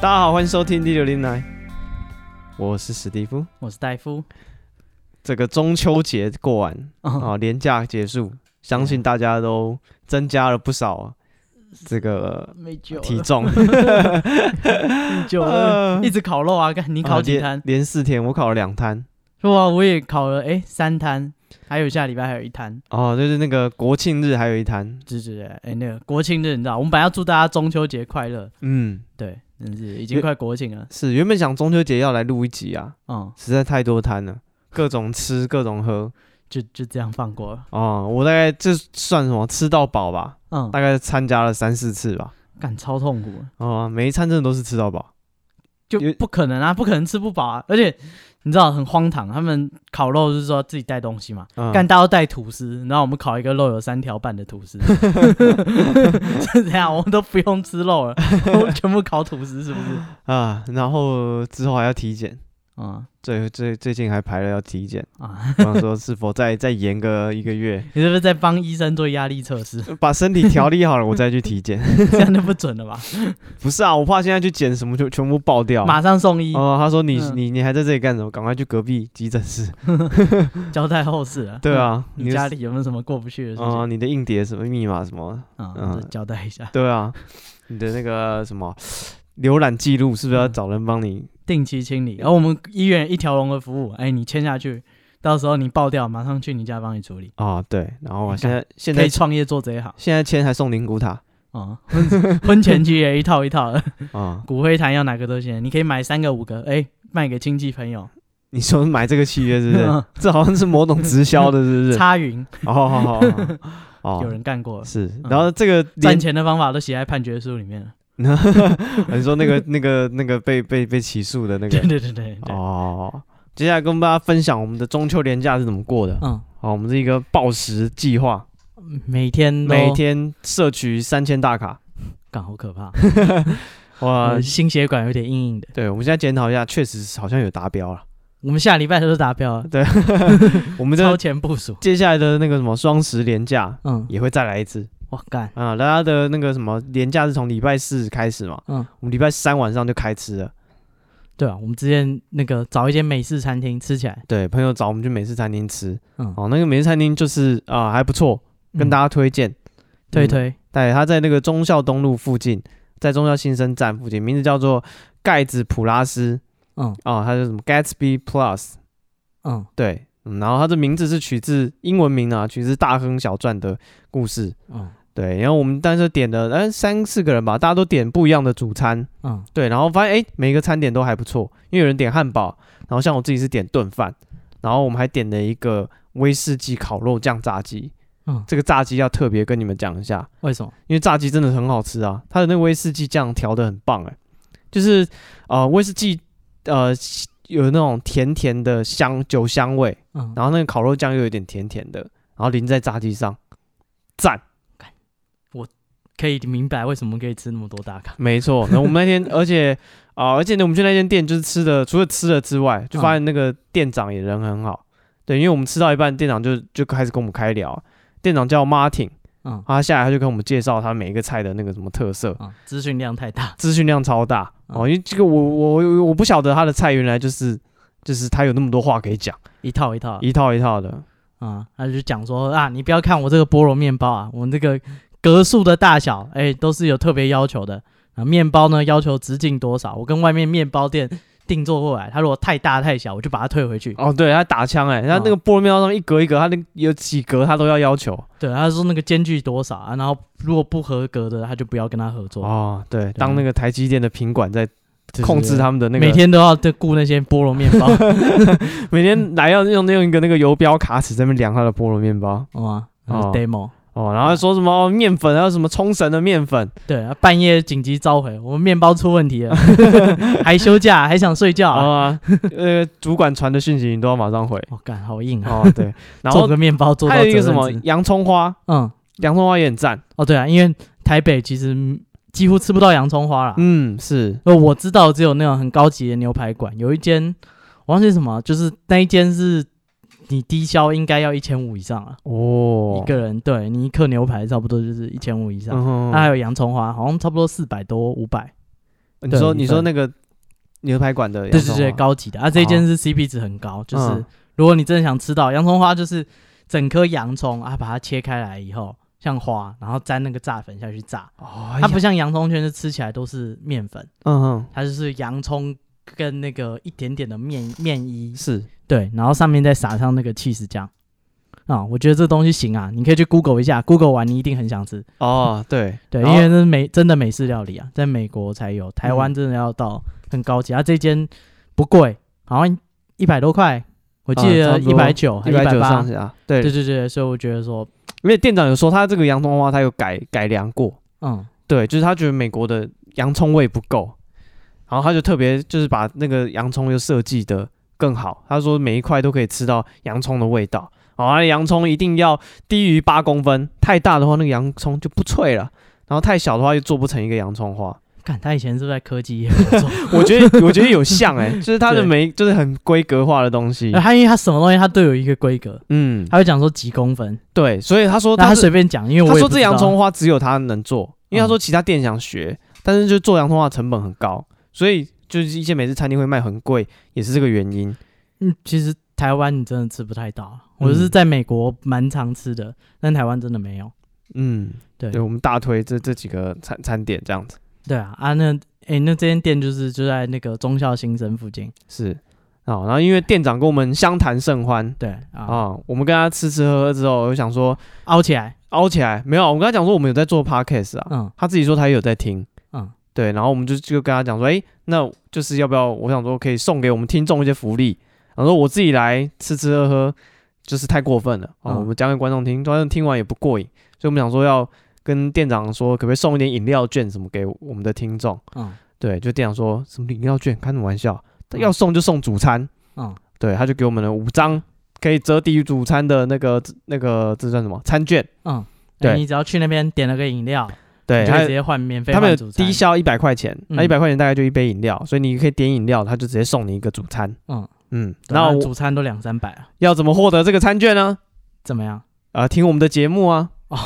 大家好，欢迎收听第六零来，我是史蒂夫。我是戴夫。这个中秋节过完啊，年假结束，相信大家都增加了不少这个没酒 体重。酒了，一直烤肉啊！看你你烤几摊？哦连四天，我烤了两摊。是吧？我也烤了，哎，三摊，还有下礼拜还有一摊。哦，就是那个国庆日还有一摊。是是是，哎，那个国庆日你知道，我们本来要祝大家中秋节快乐，嗯，对，真是已经快国庆了，是原本想中秋节要来录一集啊，嗯，实在太多摊了，各种吃，各种喝。就就这样放过了，哦，我大概这算什么？吃到饱吧，嗯，大概参加了三四次吧。干超痛苦的，哦，每一餐真的都是吃到饱。就有不可能啊，不可能吃不饱啊，而且你知道很荒唐，他们烤肉就是说自己带东西嘛，嗯干大家都带吐司，然后我们烤一个肉有三条半的 吐司，是这样，我们都不用吃肉了，我们全部烤吐司是不是？啊，然后之后还要体检，啊、最最最近还排了要体 检，啊，我想说是否再再延个一个月，你是不是在帮医生做压力测试？把身体调理好了，我再去体 检。这样就不准 了吧？不是啊，我怕现在去检什么就全部爆掉。马上送医，哦，他说你、嗯你你还在这里干什么？赶快去隔壁急诊 室。交代后事了。对，啊，你的家里有没有什么过不去的事哦、情？你的硬碟什么密码什么？啊，嗯再交代一下，对啊，你的那个什么浏览记录是不是要找人帮你？定期清理。然后我们医院一条龙的服务，哎，你签下去，到时候你爆掉，马上去你家帮你处理。哦，对，然后啊你现看在现可在以创业做这一行现在签还送灵骨塔啊，婚婚前期也一套一套的，啊、骨灰坛要哪个都行，你可以买三个五个，哎，卖给亲戚朋友。你说买这个契约是 不是？嗯 这好像是某种直销的，是不是？插云哦，好好好，有哦，人嗯干过了，是。然后这个赚连， 哦钱的方法都写在判决书里面了。你说那个那个那个被被被起诉的那对个对对对对，哦。接下来跟大家分享我们的中秋连假是怎么过的。嗯，好，我们是一个暴食计划，每天都每天摄取三千大卡。干好可怕，哇我，呃心血管有点硬硬的。对，我们现在检讨一下，确实是好像有达标了。我们下礼拜都达标了，我们超这前部署。接下来的那个什么双十连假嗯，也会再来一次哇干，啊。大家的那个什么连假是从礼拜四开始嘛，嗯，我们礼拜三晚上就开吃了。对啊，我们之前那个找一间美式餐厅吃起来，对，朋友找我们去美式餐厅吃，嗯，哦，那个美式餐厅就是啊、还不错，跟大家家推荐，推嗯。推，对，它在那个忠孝东路附近，在忠孝新生站附近，名字叫做盖子普拉斯，嗯哦，它叫什么 Gatsby Plus，嗯，对，嗯然后它的名字是取自英文名啊，取自大亨小传的故事。嗯对，然后我们当时点了，呃，三四个人吧，大家都点不一样的主餐。嗯对，然后发现哎，每个餐点都还不错，因为有人点汉堡，然后像我自己是点炖饭，然后我们还点了一个威士忌烤肉酱炸鸡。嗯这个炸鸡要特别跟你们讲一下，为什么？因为炸鸡真的很好吃啊，它的那个威士忌酱调的很棒哎、就是呃威士忌呃有那种甜甜的香酒香味，嗯，然后那个烤肉酱又有点甜甜的，然后淋在炸鸡上，赞。可以明白为什么可以吃那么多大卡。没错，那我们那天，而且啊、而且呢，我们去那间店就是吃的，除了吃了之外，就嗯发现那个店长也人很好。对，因为我们吃到一半，店长就就开始跟我们开聊。店长叫 Martin，嗯他下来他就跟我们介绍他每一个菜的那个什么特色，嗯，资讯量太大。资讯量超大嗯哦。因为这个我我我不晓得他的菜原来就是就是他有那么多话可以讲，一套一套一套一套的。啊，他就讲说啊，你不要看我这个菠萝面包啊，我这个格数的大小，哎、都是有特别要求的。啊，面包呢要求直径多少？我跟外面面包店定做过来，他如果太大太小，我就把它退回去。哦，对他打枪哎、嗯他那个菠萝面包上一格一格，他那有几格他都要要求对，他说那个间距多少啊，然后如果不合格的，他就不要跟他合作。哦。对，当那个台积电的品管在嗯就是控制他们的那个每天都要在顾那些菠萝面 包，每天来要用用一个那个游标卡尺在那边量他的菠萝面包好吗、哦嗯 d e m o 哦，然后说什么哦面粉，还有什么冲绳的面粉，对，啊半夜紧急召回，我们面包出问题了， 还休假，还想睡觉、然后啊。啊，呃，主管传的讯息你都要马 上回。我、干、好硬啊！哦，对，然做后个面包做到还有一个责什任么制洋葱花，嗯，洋葱花也很赞。哦，对啊，因为台北其实嗯几乎吃不到洋葱花啦。嗯，是呃，我知道只有那种很高级的牛排馆，有一间我忘记什么，就是那一间是你低消应该要一千五以上啊，哦一，个人对你一克牛排差不多就是一千五以上，啊嗯哼那还有洋葱花，好像差不多四百多五百你对说米你说饭那个牛排馆的洋对葱对对，花哦高级的啊，这一间是 CP 值很高，就是嗯如果你真的想吃到洋葱花，就是整颗洋葱啊，把它切开来以后像花，然后沾那个炸粉下去炸，哦，它它不像洋葱圈是吃起来都啊是面粉，嗯哼它就是洋葱跟那个一点点的面面衣，是对，然后上面再撒上那个 cheese 酱。啊、我觉得这东西行啊，你可以去 Google 一下，Google 完你一定很想吃。哦对对，因然后为这是美真的美式料理啊，在美国才有，台湾真的要到很高级。啊，这间不贵，好像一百多块，我记啊差得不一多百九还一一百百九八上。下对对，对对，所以我觉得说，因为店长有说他这个洋葱花他有改改良过，嗯，对，就是他觉得美国的洋葱味不够，然后他就特别就是把那个洋葱又设计的更好。他说每一块都可以吃到洋葱的味道，然后他的洋葱一定要低于八公分，太大的话那个洋葱就不脆了，然后太小的话又做不成一个洋葱花。看他以前是不是在科技业 工作？我觉得我觉得有像哎、就是他的对每就是很规格化的东西 呃，他因为他什么东西他都有一个规格，嗯，他会讲说几公分，对，所以他说那他他哦是随便讲，因为我他也说不这知道洋葱花只有他能做，因为他嗯说其他店想学，但是就做洋葱花成本很高，所以就是一些美式餐厅会卖很贵，也是这个原因。嗯，其实台湾你真的吃不太到啊，我是嗯在美国蛮常吃的，但台湾真的没有。嗯，对对，我们大推这这几个餐餐点这样子对啊，啊那诶，那这间店就是就在那个忠孝新生附近，是哦，然后因为店长跟我们相谈甚欢对啊，啊、我们跟他吃吃喝喝之后，我就想说凹起来，凹起来没有，我跟他讲说我们有在做 podcast 啊，嗯他自己说他也有在听，嗯，对，然后我们就就跟他讲说，诶，那就是要不要？我想说可以送给我们听众一些福利，然后说我自己来吃吃喝喝，就是太过分了哦。嗯我们讲给观众听，观众听完也不过瘾，所以我们想说要跟店长说，可不可以送一点饮料券什么给我们的听众？嗯对，就店长说什么饮料券，开什么玩笑？嗯要送就送主餐，嗯，对，他就给我们了五张可以折抵主餐的那个那个这算什么餐券？嗯，对诶你只要去那边点了个饮料，对，你就可以他直接换免费他们换有主餐低，消一百块钱，那一嗯百块钱大概就一杯饮料，所以你可以点饮料，他就直接送你一个主餐。嗯嗯，对那啊我主餐都两三百啊，要怎么获得这个餐券呢？怎么样？啊、听我们的节目啊，哦，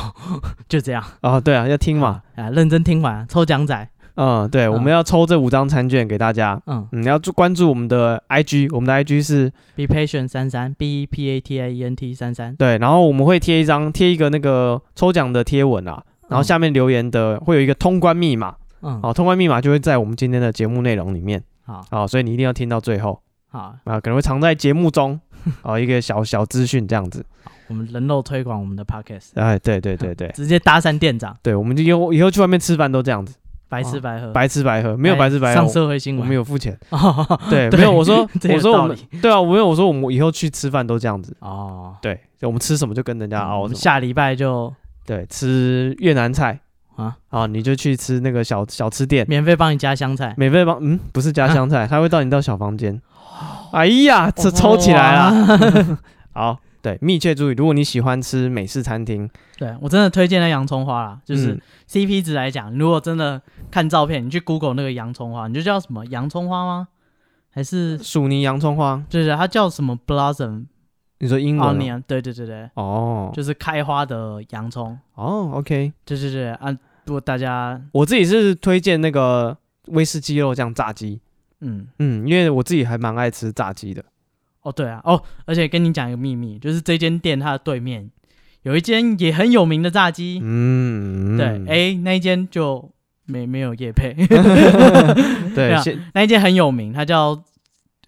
就这样，啊，对啊，要听嘛，啊，认真听完，抽奖仔，嗯，对，我们要抽这五张餐券给大家，嗯嗯，要注关注我们的 IG，我们的 IG 是，be patient 三三，b e p a t i e n t 三三，对，然后我们会贴一张贴一个那个抽奖的贴文啊，然后下面留言的会有一个通关密码，啊嗯，好、通关密码就会在我们今天的节目内容里面，好好、所以你一定要听到最后好，啊，可能会藏在节目中啊、一个小小资讯这样子。我们人肉推广我们的 podcast，哎，对对对对直接搭讪店长，对，我们就以后以后去外面吃饭都这样子，白吃哦白喝，白吃白喝，没有哎白吃白喝上，社会新我我闻们，有付钱。哦对， 对没有我说 这有我说道我们理对啊，没有我说我们以后去吃饭都这样子。哦，对，我们吃什么就跟人家嗯我熬们什么。下礼拜就对，吃越南菜啊，啊，你就去吃那个小小吃店，免费帮你加香菜，免费帮嗯，不是啊家乡菜，他会到你到小房间。哦哎呀， 这抽起来 啦！好，对，密切注意，如果你喜欢吃美式餐厅，对我真的推荐那洋葱花啦，就是嗯 CP 值来讲，如果真的看照片，你去 Google 那个洋葱花，你就叫什么洋葱花吗？还是薯泥洋葱花，就是它叫什么 blossom 你说英文啊 onion？对对对对，哦就是开花的洋葱。哦，OK，对对对啊，如果大家我自己是推荐那个威士忌肉酱炸鸡，嗯嗯，因为我自己还蛮爱吃炸鸡的。哦对啊哦，而且跟你讲一个秘密，就是这间店它的对面有一间也很有名的炸鸡，嗯，对，嗯哎、那一间就没没有夜配。 对，啊现那一间很有名，它叫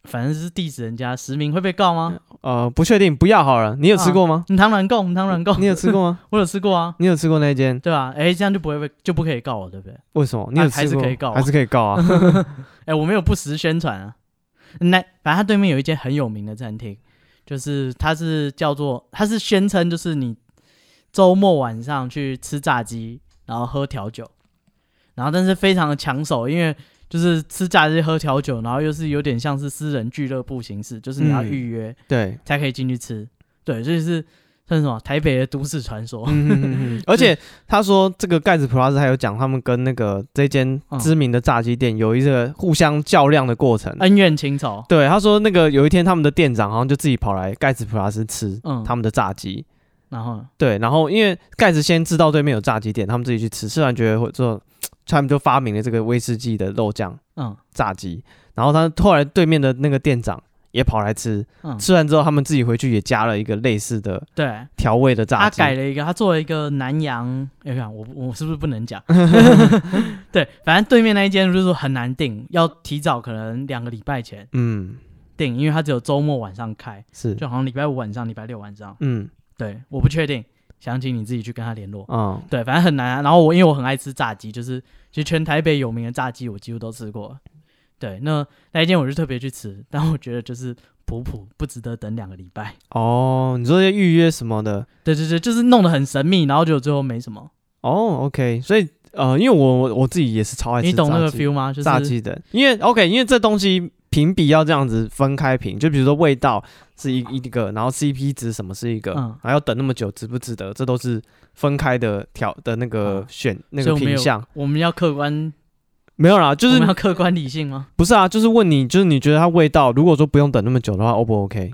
反正是地址人家实名会被告吗？呃不确定，不要好了。你有吃过吗？你当然够，你当然够，你有吃过 吗？我有吃过啊，你有吃过那间？对吧、啊？哎，这样就不会被就不可以告我，对不对？为什么？你有吃过？还是可以告啊还是可以告啊。 哎，我没有不实宣传啊。那反正它对面有一间很有名的餐厅，就是它是叫做它是宣称就是你周末晚上去吃炸鸡，然后喝调酒，然后但是非常的抢手，因为就是吃炸鸡喝调酒，然后又是有点像是私人俱乐部形式，就是你要嗯预约，对，才可以进去吃。对，这就是算什么台北的都市传说。嗯嗯嗯嗯而且他说这个盖子 Plus 还有讲他们跟那个这间嗯知名的炸鸡店有一个互相较量的过程。恩怨情仇，对，他说那个有一天他们的店长好像就自己跑来盖子 Plus 吃嗯他们的炸鸡，然后呢对，然后因为盖子先知道对面有炸鸡店，他们自己去吃，吃完觉得会之后，他们就发明了这个威士忌的肉酱嗯炸鸡。然后他后来对面的那个店长也跑来吃，嗯，吃完之后他们自己回去也加了一个类似的对，调味的炸他鸡。改了一个，他做了一个南洋，哎呀，我我是不是不能讲？ 对，反正对面那一间就是很难订，要提早可能两个礼拜前嗯，订，因为他只有周末晚上开，是，就好像礼拜五晚上、礼拜六晚上。嗯对，我不确定，详情你自己去跟他联络。啊、对，反正很难、啊。然后我因为我很爱吃炸鸡，就是其实全台北有名的炸鸡我几乎都吃过。对，那那一间我就特别去吃，但我觉得就是普普，不值得等两个礼拜。哦，你说要预约什么的？对对对，就是弄得很神秘，然后就最后没什么。哦，OK，所以呃，因为我我我自己也是超爱吃你懂那个炸鸡 feel 吗？就是炸鸡的，因为 OK，因为这东西评比要这样子分开评，就比如说味道是一一个，然后 CP 值什么是一个，嗯然后要等那么久值不值得，这都是分开的条的那个嗯选、那所个以我没品有相，我们要客观，没有啦，就我是们要客观理性吗？不是啊，就是问你，就是你觉得它味道，如果说不用等那么久的话，O 不 OK？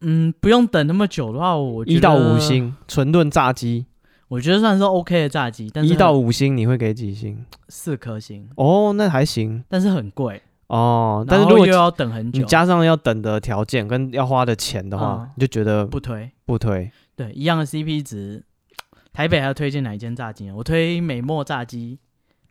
嗯，不用等那么久的话，我觉得一到五，星，纯炖炸鸡，我觉得算是 OK 的炸鸡，但是一到五星你会给几星？四颗星，哦，那还行但是很贵，哦，但然是如后果又要等很你久，加上要等的条件跟要花的钱的话，嗯你就觉得不推。不推。对，一样的 CP 值。台北还要推荐哪一间炸鸡呢？我推美墨炸鸡，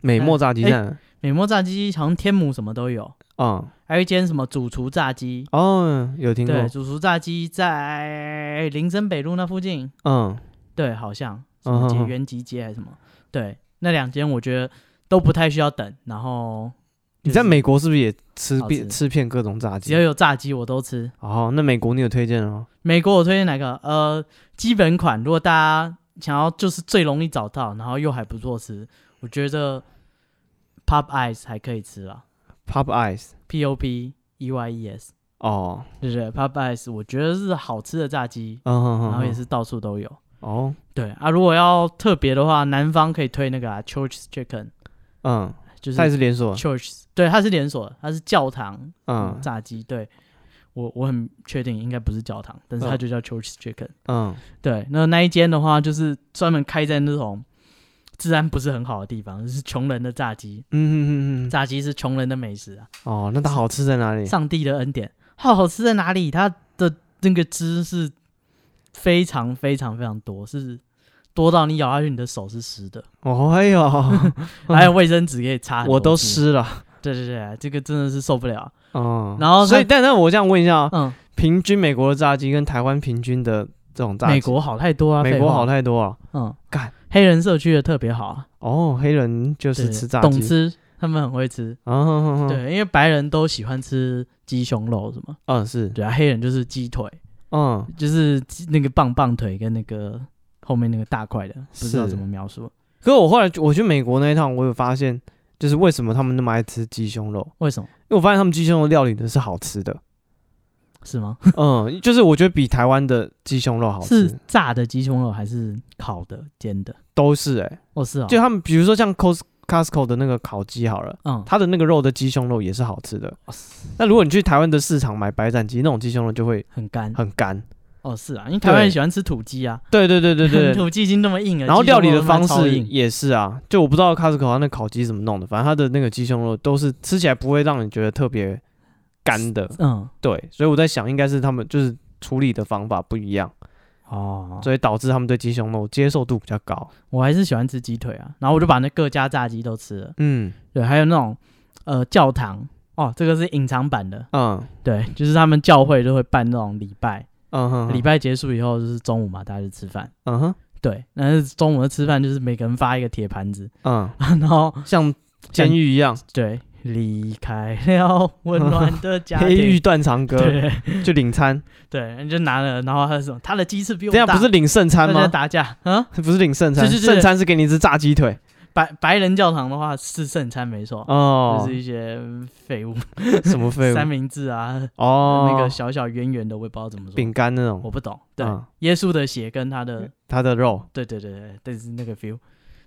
美墨炸鸡哎蛋。美墨炸鸡好像天母什么都有，嗯，还有一间什么主厨炸鸡，哦，有听过，对，主厨炸鸡在林森北路那附近，嗯，对，好像什嗯么哼结哼缘集街还是什么，对，那两间我觉得都不太需要等，然后你在美国是不是也吃好遍吃吃遍各种炸只要鸡？有炸鸡我都吃。哦，那美国你有推荐哦？美国我推荐哪个？呃，基本款，如果大家想要就是最容易找到，然后又还不错吃，我觉得 Pop Eyes 还可以吃啦 Pop Eyes， ，P O P E Y E S，哦，对不对？Pop Eyes 我觉得是好吃的炸鸡，嗯哼哼，然后也哼是到处都有。哦，对啊，如果要特别的话，南方可以推那个啊，Church Chicken，嗯，就是它也是连锁， Church，对，它是连锁的，它是教堂嗯炸鸡，对我我很确定应该不是教堂，但是它嗯就叫 Church Chicken。嗯，对，那那一间的话，就是专门开在那种治安不是很好的地方，就是穷人的炸鸡，嗯嗯嗯嗯，炸鸡是穷人的美食啊，哦，那它好吃在哪里？上帝的恩典，好好吃在哪里？它的那个汁是非常非常非常多，是多到你咬下去你的手是湿的，哦，哎 呦，还有卫生纸可以擦，我都。湿了，对对对，这个真的是受不了。嗯，然后它所以，但但我这样问一下啊，嗯，平均美国的炸鸡跟台湾平均的这种炸鸡，美国好太多啊，美废国话好太多了。嗯，干黑人社区的特别好啊，哦，黑人就是对吃炸懂鸡，吃，他们很会吃。嗯哼哼哼，对，因为白人都喜欢吃鸡胸肉什么，嗯是，对啊，黑人就是鸡腿，嗯就是鸡那个棒棒腿跟那个后面那个大块的，不知道是怎么描述，可是我后来我去美国那一趟，我有发现，就是为什么他们那么爱吃鸡胸肉，为什么因为我发现他们鸡胸肉料理的是好吃的，是吗？嗯， 就是我觉得比台湾的鸡胸肉好是吃，炸的鸡胸肉还是烤的、煎的？都是哎、哦，是哦，就他们比如说像 Cos Costco 的那个烤鸡好了，嗯，它的那个肉的鸡胸肉也是好吃的哦是。那如果你去台湾的市场买白斩鸡，那种鸡胸肉就会很干。很干。哦，是啊，因为台湾对人喜欢吃土鸡啊，对对对对 对。 土鸡已经那么硬了，然后料理鸡的胸肉他妈方超式硬也是啊，就我不知道 Costco 它那烤鸡怎么弄的，反正它的那个鸡胸肉都是吃起来不会让你觉得特别干的。嗯，对，所以我在想，应该是他们就是处理的方法不一样，哦，所以导致他们对鸡胸肉接受度比较高。我还是喜欢吃鸡腿啊，然后我就把那各家炸鸡都吃了，嗯对，还有那种呃教堂哦，这个是隐藏版的，嗯对，就是他们教会就会办那种礼拜，嗯哼，礼拜结束以后就是中午嘛，大家就吃饭，嗯哼对，但是中午的吃饭就是每个人发一个铁盘子， 嗯，然后 像监狱一样，对离开了温暖的家 黑狱庭，断肠歌对就领 餐，对，你就拿了，然后他什么，他的鸡翅比我这样大，不是领圣餐大家吗？嗯打架啊？不是领圣餐，是是是圣餐是给你一只炸鸡腿白白人教堂的话是圣餐没错，哦就，是一些嗯废物。什么废物三明治啊，哦，那个小小圆圆的，我也不知道怎么说，饼干那我种，不懂。对，嗯耶稣的血跟他的，它的肉， 对对对对，但是那个 feel，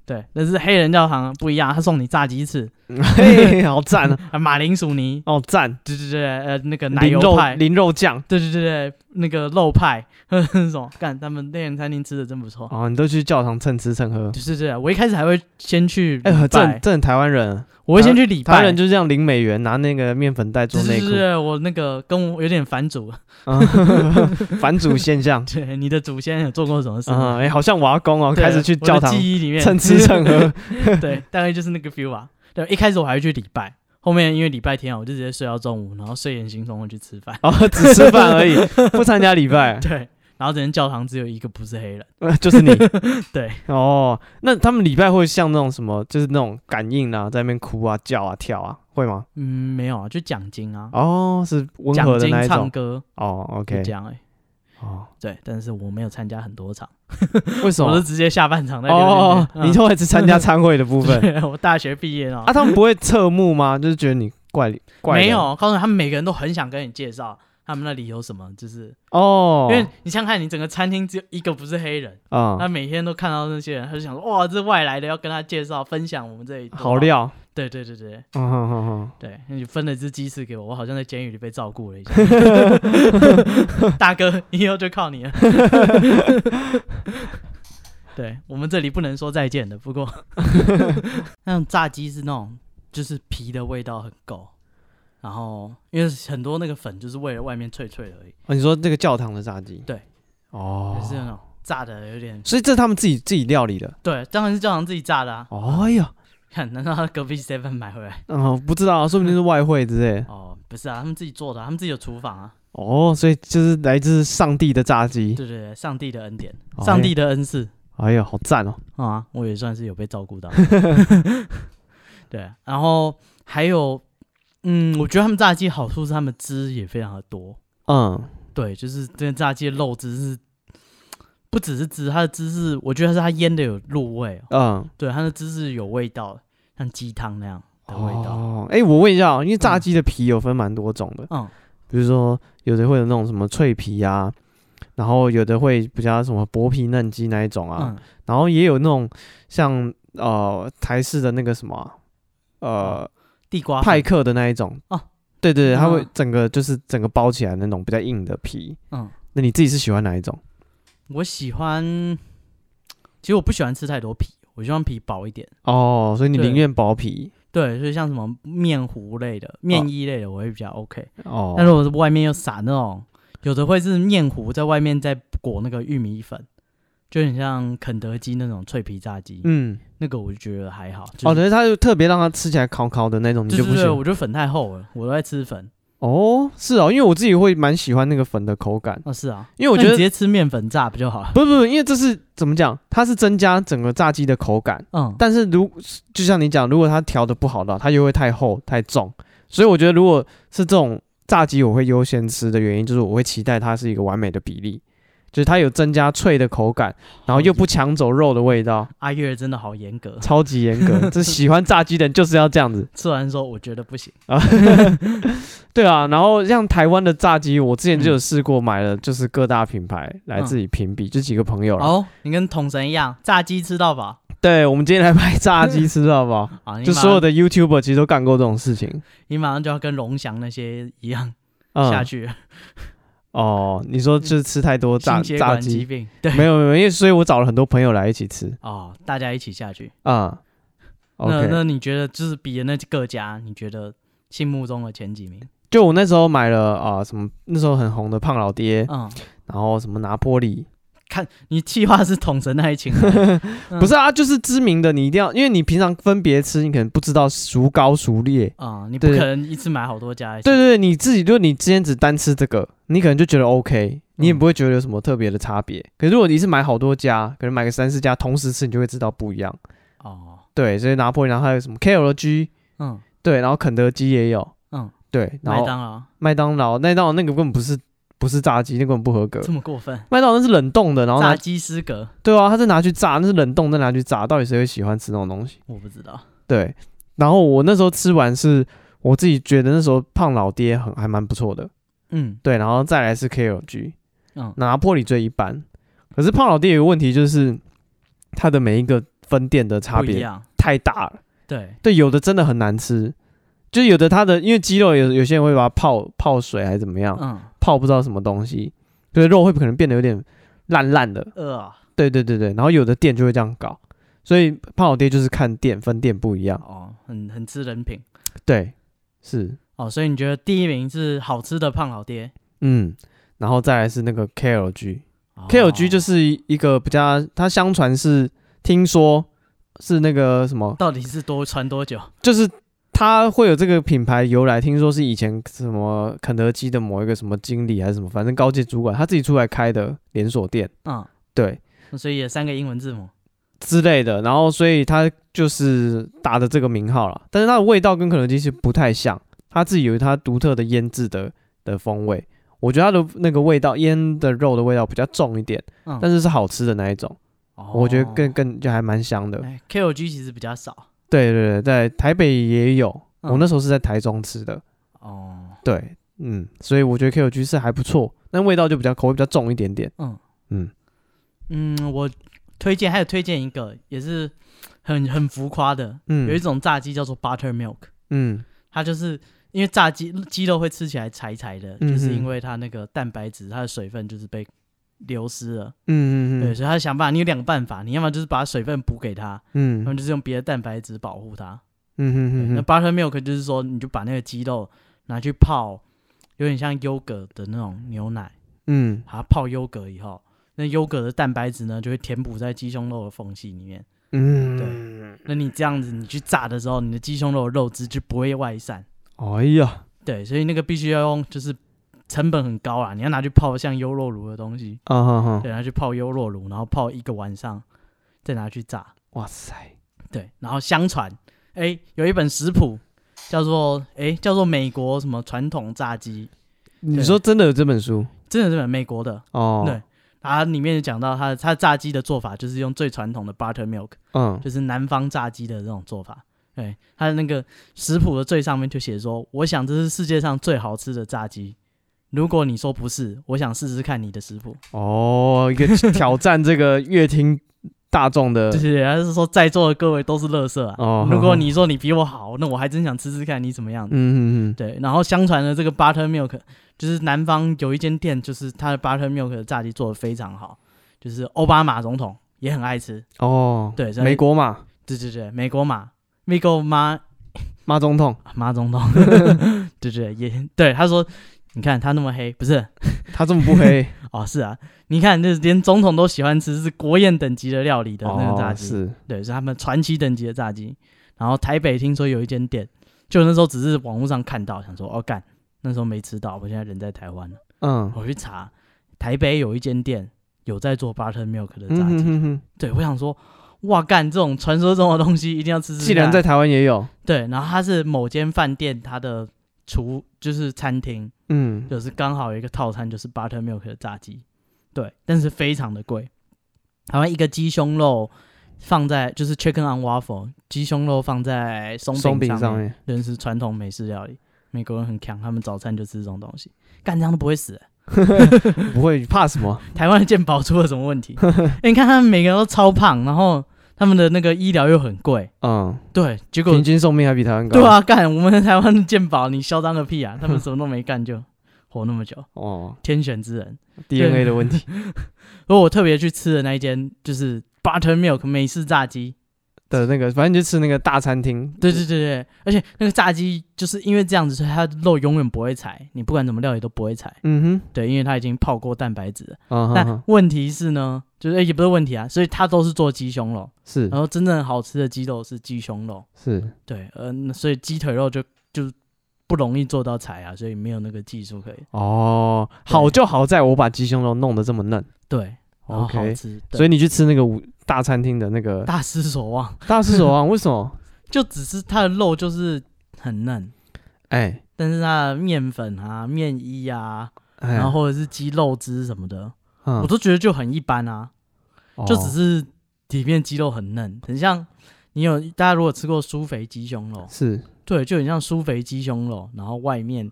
对，但是黑人教堂不一样，他送你炸鸡翅、嘿，好赞啊，啊马铃薯泥，好赞！对对对，呃，那个奶淋油肉派，淋肉酱对对对对，那个肉派， 呵呵那种干，他们黑人餐厅吃的真不错。哦，你都去教堂蹭吃蹭喝。对对对，我一开始还会先去哎、礼很正拜，正台湾人，我会先去礼台湾拜人。就是这样零美元拿那个面粉袋做对内对裤对，对，我那个跟我有点反祖，啊反祖现象 对，你的祖先有做过什么事吗？啊！哎、好像我阿公哦，对开始去教我的堂记忆里面蹭吃蹭， 喝。对，大概就是那个 feel 吧。对，一开始我还会去礼拜，后面因为礼拜天啊，我就直接睡到中午，然后睡眼惺忪的去吃饭。 然后哦只吃饭而已，不参加礼拜，对，然后整间教堂只有一个不是黑人，呃 就是你。 对，哦，那他们礼拜会像那种什么，就是那种感应啊，在那边哭啊、叫啊、跳啊，会吗？嗯，没有啊，就奖金啊，哦，是温奖和的金那一唱种。歌哦就，OK，这样哎、哦，对，但是我没有参加很多场，为什我么是？直接下半场在留哦哦，，你 都会只参加参会的部分对，我大学毕业了啊？他们不会侧目吗？就是觉得你怪里怪人没有，告诉你，他们每个人都很想跟你介绍他们那里有什么，就是、哦，因为你想想看，你整个餐厅只有一个不是黑人，他啊，每天都看到那些人，他就想说，哇，这外来的要跟他介绍分享我们这里多好。料，对对对对嗯哼哼哼，对，那你分了一只鸡翅给我，我好像在监狱里被照顾 了一下。大哥，以后就靠你了。对我们这里不能说再见的，不 过那种炸鸡是那种就是皮的味道很够，然后因为很多那个粉就是为了外面脆脆的而已，哦，你说这个教堂的炸鸡？对，哦就，是那种炸的有点所以这是他们自己自己料理的。对，当然是教堂自己炸的啊。哎呀，看，难道他隔壁 seven 买回来？嗯，不知道啊，说不定是外汇之类的。 哦，不是啊，他们自己做的啊、他们自己有厨房啊。哦，所以就是来自上帝的炸鸡。对对对，上帝的恩典，哎上帝的恩赐哎呀，好赞哦！啊，我也算是有被 照顾到。 对，然后还有，嗯，我觉得他们炸鸡好处是他们汁也非常的多，嗯，对，就是这个炸鸡的肉汁是。不只是汁，它的汁是，我觉得是它腌的有入味、哦，嗯，对，它的汁是有味道的，像鸡汤那样的味道。哦，哎、我问一下哦，因为炸鸡的皮有分蛮多种的，嗯，比如说有的会有那种什么脆皮啊，然后有的会比较什么薄皮嫩鸡那一种啊，嗯，然后也有那种像呃台式的那个什么啊、呃地瓜派粉，克的那一种哦对对对，它会嗯整个就是整个包起来那种比较硬的皮。嗯，那你自己是喜欢哪一种？我喜欢，其实我不喜欢吃太多皮，我希望皮薄一点。哦，所以你对宁愿薄皮对，所以像什么面糊类的、面衣类的，我会比较 OK。哦但如果是外面又撒那种，有的会是面糊在外面再裹那个玉米粉，就很像肯德基那种脆皮炸鸡，嗯，那个我就觉得还好。就是、哦，等于它就特别让它吃起来烤烤的那种，你对就对不对，喜欢我觉得粉太厚了，我都在吃粉。哦，是哦，因为我自己会蛮喜欢那个粉的口感，哦，是啊，因为我那觉你得嗯直接吃面粉炸不就好了？不是不是，因为这是怎么讲，它是增加整个炸鸡的口感，嗯，但是如就像你讲，如果它调的不好的话，它又会太厚太重，所以我觉得如果是这种炸鸡，我会优先吃的原因就是我会期待它是一个完美的比例，就是它有增加脆的口感，然后又不抢走肉的味道，阿月真的好严格，超级严格，这喜欢炸鸡的人就是要这样子。 吃完之后我觉得不行。对啊，然后像台湾的炸鸡，我之前就有试过买了，就是各大品牌来自己评比，就几个朋友啦。哦，你跟桶神一样，炸鸡吃到饱对，我们今天来买炸鸡，吃到 饱。啊！你就马所有上的 YouTuber 其实都干过这种事情。你马上就要跟龙翔那些一样嗯、下去了，哦，你说嗯就是吃太多炸心血炸管疾鸡，病。对， 没有没有，因为所以我找了很多朋友来一起吃哦，大家一起下去。啊。那 OK，那你觉得就是比的那各家，你觉得心目中的前几名？就我那时候买了啊、什么那时候很红的胖老爹，嗯，然后什么拿坡里，你计划是统神那一群吗， 嗯不是啊，就是知名的，你一定要，因为你平常分别吃，你可能不知道孰高孰劣。啊、你不对可能一次买好多家。对，对，对你自己，如果你之前只单吃这个，你可能就觉得嗯 OK，你也不会觉得有什么特别的差别。可是如果你是买好多家，可能买个三四家同时吃，你就会知道不一样。哦，对，所以拿破仑，然后还有什么 KLG，嗯对，然后肯德基也有，嗯，对，然麦后呃当劳麦当劳，麦当劳那个根本不是不是炸鸡，那根本不合格这。么过分，麦当劳那是冷冻的，然后炸拿鸡失格，对啊，他是拿去炸，那是冷冻再拿去炸，到底谁会喜欢吃那种东西？我不知道。对，然后我那时候吃完是我自己觉得那时候胖老爹很还蛮不错的，嗯对，然后再来是 KLG，嗯拿破里最一般。可是胖老爹有个问题就是，它的每一个分店的差不一别样。太大了。对，对，有的真的很难吃，就有的它的因为鸡肉有有些人会把它泡泡水还是怎么样，嗯，泡不知道什么东西，所以肉会可能变得有点烂烂的。饿啊对对对对，然后有的店就会这样搞，所以胖老爹就是看店分店不一样。哦，很很吃人品对，是，哦，所以你觉得第一名是好吃的胖老爹嗯，然后再来是那个 KLG，哦 KLG 就是一个比较，它相传是听说是那个什么，到底是多传多久？就是它会有这个品牌由来，听说是以前什么肯德基的某一个什么经理还是什么，反正高级主管他自己出来开的连锁店，嗯，对所以也三个英文字母。之类的，然后所以他就是打的这个名号了，但是它的味道跟肯德基是不太像，它自己有它独特的腌制的的风味，我觉得它的那个味道腌的肉的味道比较重一点，嗯，但是是好吃的那一种。哦我觉得更更就还蛮香的。哎 KLG 其实比较少对对对，在台北也有，嗯我那时候是在台中吃的。哦。对，嗯，所以我觉得 KOG 是还不错，但味道就比较口味比较重一点点。嗯嗯，嗯，我推荐还有推荐一个也是很很浮夸的，嗯有一种炸鸡叫做 Buttermilk，嗯它就是因为炸鸡鸡肉会吃起来柴柴的，嗯就是哼因为它那个蛋白质它的水分就是被流失了。嗯对，嗯所以他想办法，你有两个办法，你要么就是把水分补给他，嗯嗯要么就是用别的蛋白质保护他。对嗯那嗯 buttermilk 就是说，你就把那个鸡肉拿去泡，有点像优格的那种牛奶，嗯把它泡优格以后，那优格的蛋白质呢就会填补在鸡胸肉的缝隙里面。嗯，对那你这样子，你去炸的时候，你的鸡胸肉的肉汁就不会外散。哎呀，对，所以那个必须要用，就是成本很高啦，你要拿去泡像优酪乳的东西，啊哈哈，对，拿去泡优酪乳，然后泡一个晚上，再拿去炸。哇塞，对，然后相传，哎、有一本食谱叫做哎、叫做美国什么传统炸鸡，你说真的有这本书真的是本美国的，哦？对，它里面就讲到它的它的炸鸡的做法就是用最传统的 buttermilk，嗯就是南方炸鸡的这种做法。对，它的那个食谱的最上面就写说，我想这是世界上最好吃的炸鸡。如果你说不是，我想试试看你的食谱。哦，一个挑战这个乐听大众的就，是他是说在座的各位都是乐色啊。哦如果你说你比我好，那我还真想吃吃看你怎么样。嗯嗯嗯，对，然后相传的这个 buttermilk 就是南方有一间店，就是它的 buttermilk 的炸鸡做的非常好，就是奥巴马总统也很爱吃。哦，对，所以美，国嘛，对对对，美国马，美国马马总统马 总统，对对也对，他说，你看他那么黑，不是他这么不 黑，哦，是啊，你看这连总统都喜欢吃，是国宴等级的料理的那个炸哦鸡，是，对，是他们传奇等级的炸鸡。然后台北听说有一间店，就那时候只是网络上看到，想说哦干，那时候没吃到，我现在人在台湾了。嗯，我去查，台北有一间店有在做 buttermilk 的嗯炸鸡。哼哼哼对，我想说，哇干，这种传说中的东西一定要吃吃看。啊既然在台湾也有，对，然后它是某间饭店它的厨就是餐厅，嗯，就是刚好有一个套餐就是 buttermilk 的炸鸡，对，但是非常的贵，台湾一个鸡胸肉。放在就是 chicken on waffle 鸡胸肉放在松松饼饼上上面，面，人是传统美式料理。美国人很强，他们早餐就吃这种东西，干这样都不会死、不会怕什么？台湾的健保出了什么 问题？哎你看他们每个人都超胖，然后他们的那个医疗又很贵，嗯，对，结果平均寿命还比台湾高。对，啊，干我们台湾的健保，你嚣张个 屁啊！他们什么都没干就活那么久，哦天选之人。 ，DNA 的问题。如果我特别去吃的那一间就是 Buttermilk 美式炸鸡， 的那个，反正就吃那个大餐厅。对对对对，而且那个炸鸡就是因为这样子，所以它的肉永远不会柴，你不管怎么料理都不会柴，嗯对，因为它已经泡过蛋白质了。哼，嗯哼但哼，问题是呢，就是、诶也不是问题啊，所以它都是做鸡胸肉。是然后真正好吃的鸡肉是鸡胸肉，是，对，嗯、所以鸡腿肉就就不容易做到柴啊，所以没有那个技术可以。哦，对好就好在我把鸡胸肉弄得这么嫩对，然后哦好，OK。吃。所以以你去吃那个五大餐厅的那个大失所望，大狮手王，为什么？就只是它的肉就是很嫩，哎但是它的面粉啊、面衣啊，哎，然后或者是鸡肉汁什么的，我嗯都觉得就很一般啊，就只哦是里面鸡肉很嫩，很像。你有大家如果吃过酥肥鸡胸肉，是对，就很像酥肥鸡胸肉，然后外面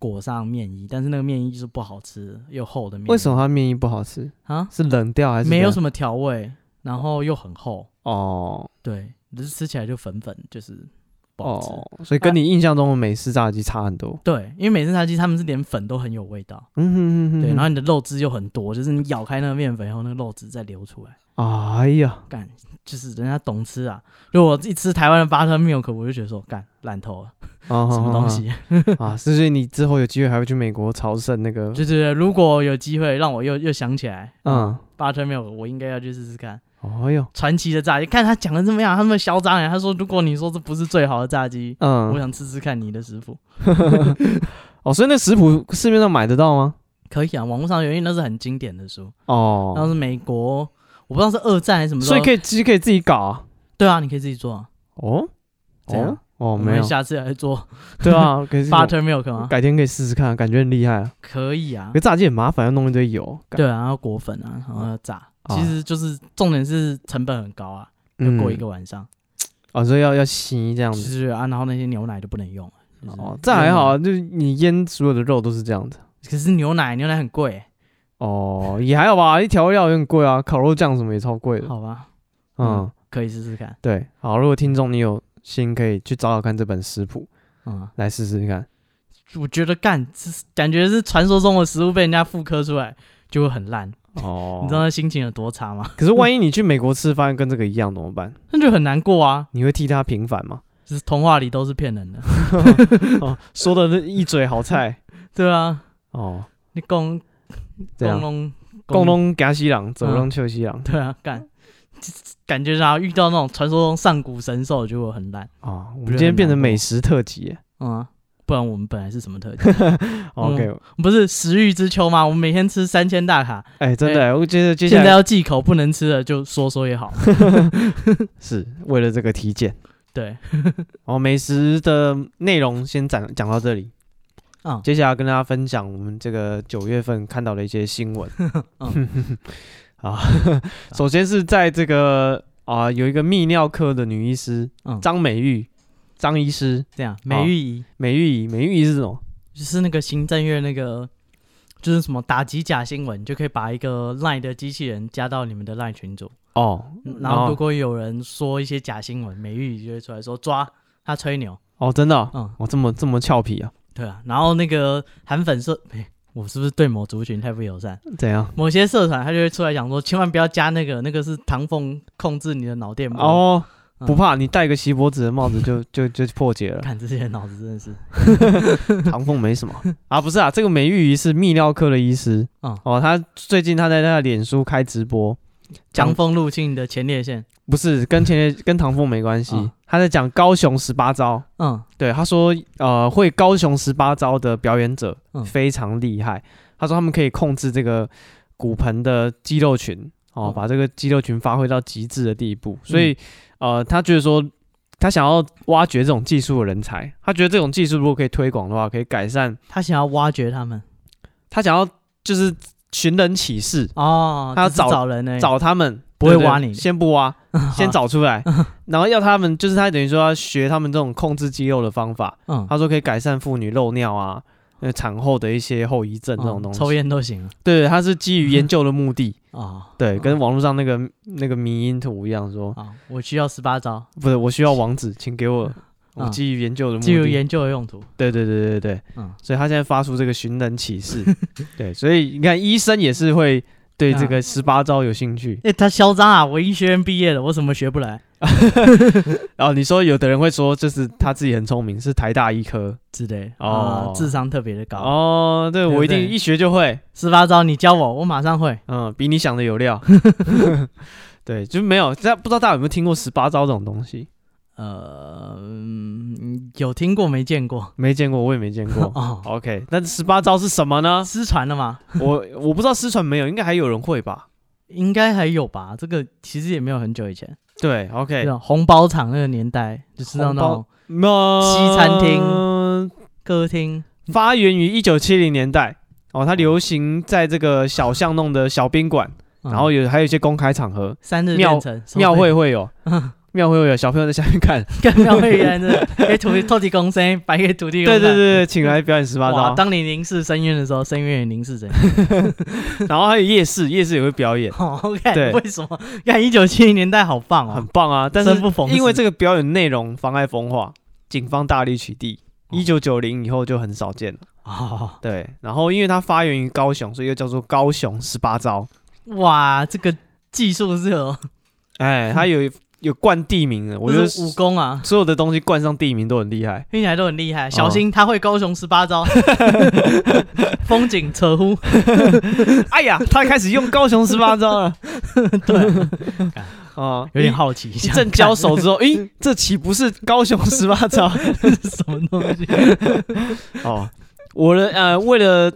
裹上面衣，但是那个面衣就是不好吃又厚的面衣。为什么它面衣不好吃？啊？是冷掉还是没有么？什么调味，然后又很厚，哦对，只是吃起来就粉粉，就是不好吃。哦，所以跟你印象中的美式炸鸡差很多。对，因为美式炸鸡他们是连粉都很有味道，嗯哼哼哼，对，哼然后你的肉汁又很多，就是你咬开那个面粉以后，那个肉汁再流出来，哎呀，干，就是人家懂吃啊。如果我一吃台湾的巴特 milk，我就觉得说干烂透了，啊什么东西？ 啊？是不是你之后有机会还会去美国朝圣那个？ 就是如果有机会让我又又想起来，嗯，巴特 milk，我应该要去试试看。哎呦，传奇的炸鸡，看他讲的怎么样，他那么嚣张哎，他说如果你说这不是最好的炸鸡，我嗯，想吃吃看你的师傅。哦，所以那食谱市面上买得到吗？可以啊，网络上有，因为那是很经典的书，然后哦，是美国，我不知道是二战还是什么时所候，以可以其实可以自己搞啊。对啊，你可以自己做啊。哦，怎样哦，哦，我没们有，下次来做对啊，可以自己搞 butter milk 吗？改天可以试试看，感觉很厉害啊。可以啊可，炸鸡很麻烦，要弄一堆油。感，对啊，然后裹粉啊，然后要炸，啊其实就是重点是成本很高啊，要嗯过一个晚上。哦，所以要要洗这样就子。是啊，然后那些牛奶就不能用了。就是哦，这还好牛奶，啊，就是你腌所有的肉都是这样子。可是牛奶牛奶很贵欸，哦，也还好吧，一调料有点贵啊，烤肉酱什么也超贵的。好吧？嗯，可以试试看。对，好，如果听众你有心，可以去找找看这本食谱嗯，来试试看。我觉得干，这是感觉是传说中的食物被人家复刻出来就会很烂，哦你知道那心情有多差吗？ 可是万一你去美国吃饭跟这个一样怎么办？那就很难过啊。你会替他平反吗？就是童话里都是骗人的，哦，说的那一嘴好菜 对啊，哦，你共这共嗯样龙共，东夹西郎，走廊秋西郎 对啊，干，感觉上遇到那种传说中上古神兽就会很烂，啊！我不们今是天很变成难美过食特辑耶哦嗯啊、不然我们本来是什么特辑？ ，OK， 不是食欲之秋吗？我们每天吃三千大卡，哎，真的耶，我觉得 接下现在来要忌口，不能吃了就说 说也好。是为了这个体检。对， 哦，美食的内容先讲讲到这里，嗯接下来跟大家分享我们这个九月份看到的一些新闻。嗯啊， 首先是在这个啊、有一个泌尿科的女医师嗯，张美玉，张医师，这样美玉仪美玉仪，美玉仪是什么？就是那个行政院那个。就是什么打击假新闻，你就可以把一个 LINE 的机器人加到你们的 LINE 群组，哦嗯然后如果有人说一些假新闻，美玉就会出来说抓他吹牛，哦，真的哦、嗯，哦这么这么俏皮啊？对啊。然后那个韩粉社，哎、我是不是对某族群太不友善？怎样？某些社团他就会出来讲说，千万不要加那个，那个是唐凤控制你的脑电波。，哦，嗯不怕，你戴个锡箔纸的帽子就就就破解了。 看这些人脑子真的是，唐凤没什么啊，不是啊，这个美玉仪是泌尿科的医师，嗯哦，他最近他在他的脸书开直播，强风入侵你的前列腺，不是跟前列跟唐凤没关系，嗯他在讲高雄十八招，嗯，对，他说呃会高雄十八招的表演者嗯非常厉害，他说他们可以控制这个骨盆的肌肉群，哦，嗯把这个肌肉群发挥到极致的地步，所以、呃他觉得说。他想要挖掘这种技术的人才，他觉得这种技术如果可以推广的话，可以改善他想要挖掘他们他想要就是寻人启事，哦，他要只是找找人呢，找他们，不会对对挖你先不 挖，先找出来，然后要他们，就是他等于说要学他们这种控制肌肉的方法。嗯，他说可以改善妇女漏尿啊，呃，产后的一些后遗症这种嗯东西。抽烟都行啊，对，他是基于研究的目 的，哦，对，跟嗯网络上那个那个迷因图一样说，啊，我需要十八招，不是，我需要网址，请给我。我嗯基于研究的目的，基于研究的用途，对对对对对，嗯所以他现在发出这个寻人启 事，对，所以你看医生也是会对这嗯个十八招有兴趣，哎、他嚣张啊！我医学院毕业的，我什么学不来然后你说有的人会说，就是他自己很聪明，是台大医科之类啊、哦智商特别的高。哦，对对不我一定对一学就会，十八招你教我，我马上会。嗯，比你想的有 料。 对，就没有，这不知道大家有没有听过十八招这种东西？呃，嗯有听过没 见过？没见过，我也没见 过。哦， OK，那十八招是什么呢？失传了吗？我我不知道失传没有，应该还有人会吧？应该还有吧。这个其实也没有很久以前，对那，OK，种红包场那个年代，就是那红包种那西餐厅歌厅。发源于一九七零年代哦，它流行在这个小巷弄的小宾馆，嗯然后有还有一些公开场合，三日庙变成 庙会会有。庙会会有小朋友在下面看，干庙会员的，给土地 透地公生，白给土地公。对对对，对，请来表演十八哇！招。当你凝视深渊的时候，深渊也 凝视着你。然后还有夜市，夜市也会表演，哦，看对为什么？看一九七零年代好棒很哦，棒啊。但是生不逢时因为这个表演内容妨碍风化，警方大力取缔。哦一九九零以后就很少见了，哦，对。然后因为它发源于高雄，所以又叫做高雄十八招。哇，这个技术是有，哎，它有有冠地名的，我觉这得是武功啊，所有的东西冠上地名都很厉 害。听起来都很厉害。小心他会高雄十八 招，风景扯呼，哎呀，他开始用高雄十 八招了。 对，啊，有点好奇，一想阵看交手之后，咦，这岂不是高雄十 八招？是 什么东 西？，哦，我的呃，为了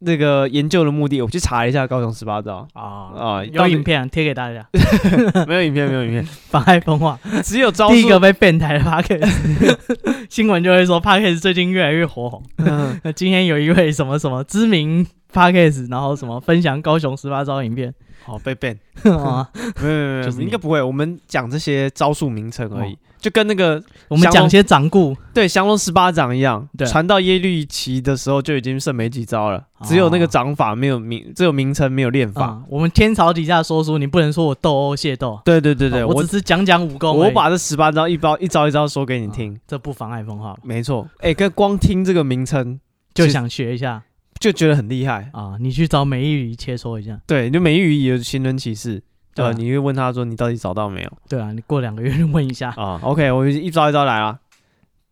那个研究的目的，我去查了一下高雄十八招啊，啊，有影片片贴给 大家， 没有影片？没有影 片，妨碍风化。只有招数。第一个，被变态的 p a r k e s 新闻就会说 p a r k e s 最近越来越火红。嗯，那今天有一位什么什么知名 p a r k e s 然后什么分享高雄十八招影片， 好被 ban，哦没有没有没有，就是你哦应该不会。我们讲这些招数名称而已，就跟那个我们讲些掌故，对降龙十八掌一样，对传到耶律齐的时候就已经剩没几招了，哦只有那个掌法没有名，只有名称没有练法。嗯，我们天朝底下说书，你不能说我斗殴械斗，对对对对，哦我我只是讲讲武功而已，哦我把这十八招一包一招一招说给你听。这不妨碍风化吧，没错，哎、跟光听这个名称就是想学一下就觉得很厉害。啊，你去找美一语切磋一下，对，就美语有寻人启事，对对吧、啊你会问他说你到底找到没有对啊，你过两个月就问一下，啊？OK，我一招一招来啊。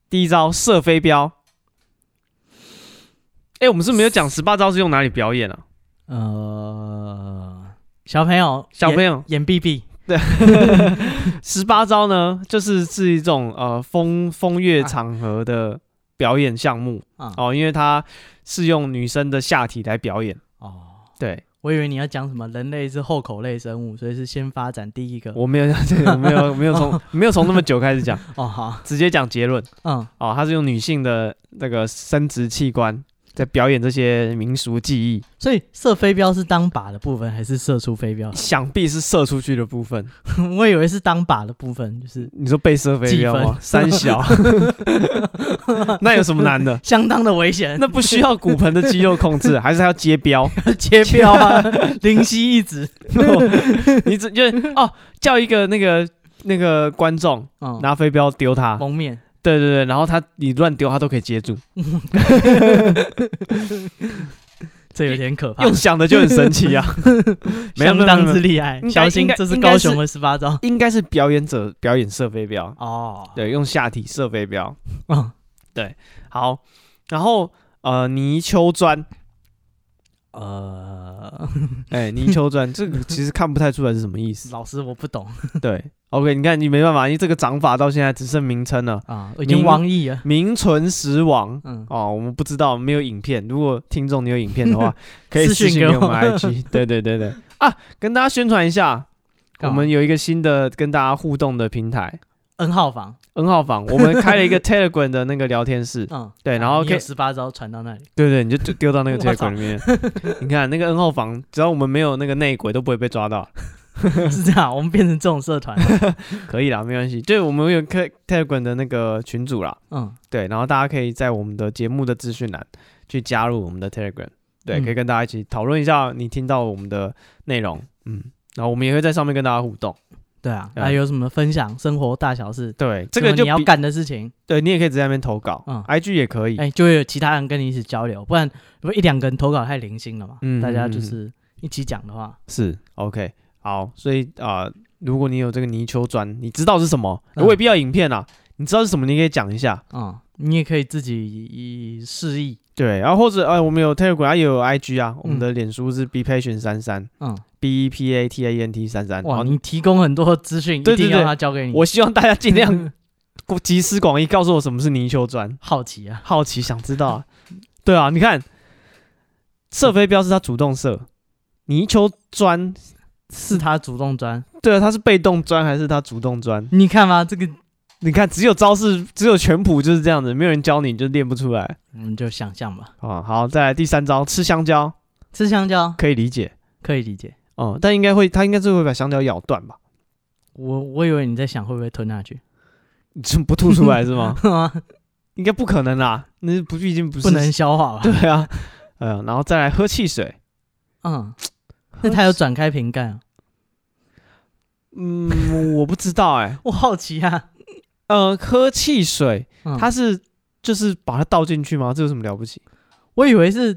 第一招射飞镖。哎、我们是没有讲十八招是用哪里表演啊？呃，小朋友，小朋友友，眼闭闭，十八招呢，就是是一种呃风风月场合的表演项目啊哦，因为它是用女生的下体来表演。哦。对，我以为你要讲什么，人类是后口类生物，所以是先发展第一个。我没有，我没有，没有 从没有从那么久开始讲，哦，好，直接讲结论。嗯，哦，它是用女性的那个生殖器官在表演这些民俗技艺，？所以射飞镖是当靶的部分，还是射出飞镖 想必是射出去的部分。我以为是当靶的部分，就是你说被射飞镖吗？ 计三小，那有什么难 的？相当的危险。那不需要骨盆的肌肉控 制，还是还要接标？那 切 镖啊，灵犀一指。你只就是哦，叫一个那个那个观众嗯，拿飞镖丢他，蒙面。对对对，然后他你乱丢他都可以接住，这有点可怕用，想的就很神奇 啊，没有啊相没有当没有之厉害。应该小心应该，这是应该高是雄的十八招。应该是表演者表演射飞镖，哦，对，用下体射飞镖。嗯，好，然后呃，泥鳅砖，呃，哎、泥鳅砖，这个其实看不太出来是什么意思。老师我不 懂对，OK，你看你没办法，因为这个掌法到现在只剩名称了，啊，已经明忘义 了。名存实亡。嗯，哦，我们不知道，没有影片。如果听众你有影片的 话，可以私私讯信给我我们 IG。对对对 对啊，跟大家宣传一下，我干嘛们有一个新的跟大家互动的平台 N 号房。 N 号房，我们开了一 个 Telegram 的那个聊天室。嗯，对然后可以十八招传到那里。 对对，你就丢丢到那个我 Telegram 操里面。 你看那个 N 号房，只要我们没有那个内鬼，都不会被抓到。是这样，我们变成这种 社团。可以啦，没关系。对，我们有 Te- Telegram 的那个群组啦，嗯，对，然后大家可以在我们的节目的资讯栏去加入我们的 Telegram，对，嗯可以跟大家一起讨论一下你听到我们的内容，嗯，然后我们也会在上面跟大家互动。对啊，嗯还有什么分享生活大小事？对，这个什么就你要比干的事情，对你也可以直接在那边投稿、嗯 i g 也可以，哎、就会有其他人跟你一起交流，不然如果一两个人投稿太零星了嘛，嗯大家嗯就嗯是一起讲的话，是 OK，好，所以啊、呃如果你有这个泥鳅砖，你知道是什么，嗯未必要影片啊，你知道是什么，你可以讲一下。嗯，你也可以自己示意，对，然、后或者呃，我们有 Telegram，啊也有 IG 啊，我们嗯的脸书是 Be Patient 三三。嗯， B E P A T A N T 三三。哇，好你提供很多资讯，嗯哦对一对定要对他交给你，我希望大家尽 量集思广益，告诉我什么是泥鳅砖，好奇啊，好奇想知道啊。对啊，你看射飞镖是他主动射，泥鳅砖，是他主动钻，对啊，他是被动砖还是他主动砖？你看嘛，这个你看，只有招式，只有全谱就是这样子，没有人教你就练不出来我嗯们就想象吧，啊。好，再来第三招，吃香蕉吃香蕉可以理解可以理解，哦、但应该会，他应该是会把香蕉咬断吧？ 我我以为你在想会不会吞下去，不吐出来是吗？ 应该不可能啦，那不毕竟不是 不能消化吧？ 对啊，呃，然后再来喝汽水，嗯，那他有转开瓶盖啊？嗯， 我不知道哎、我好奇啊，呃，喝汽水嗯它是就是把它倒进去吗？这有什么了不起？我以为是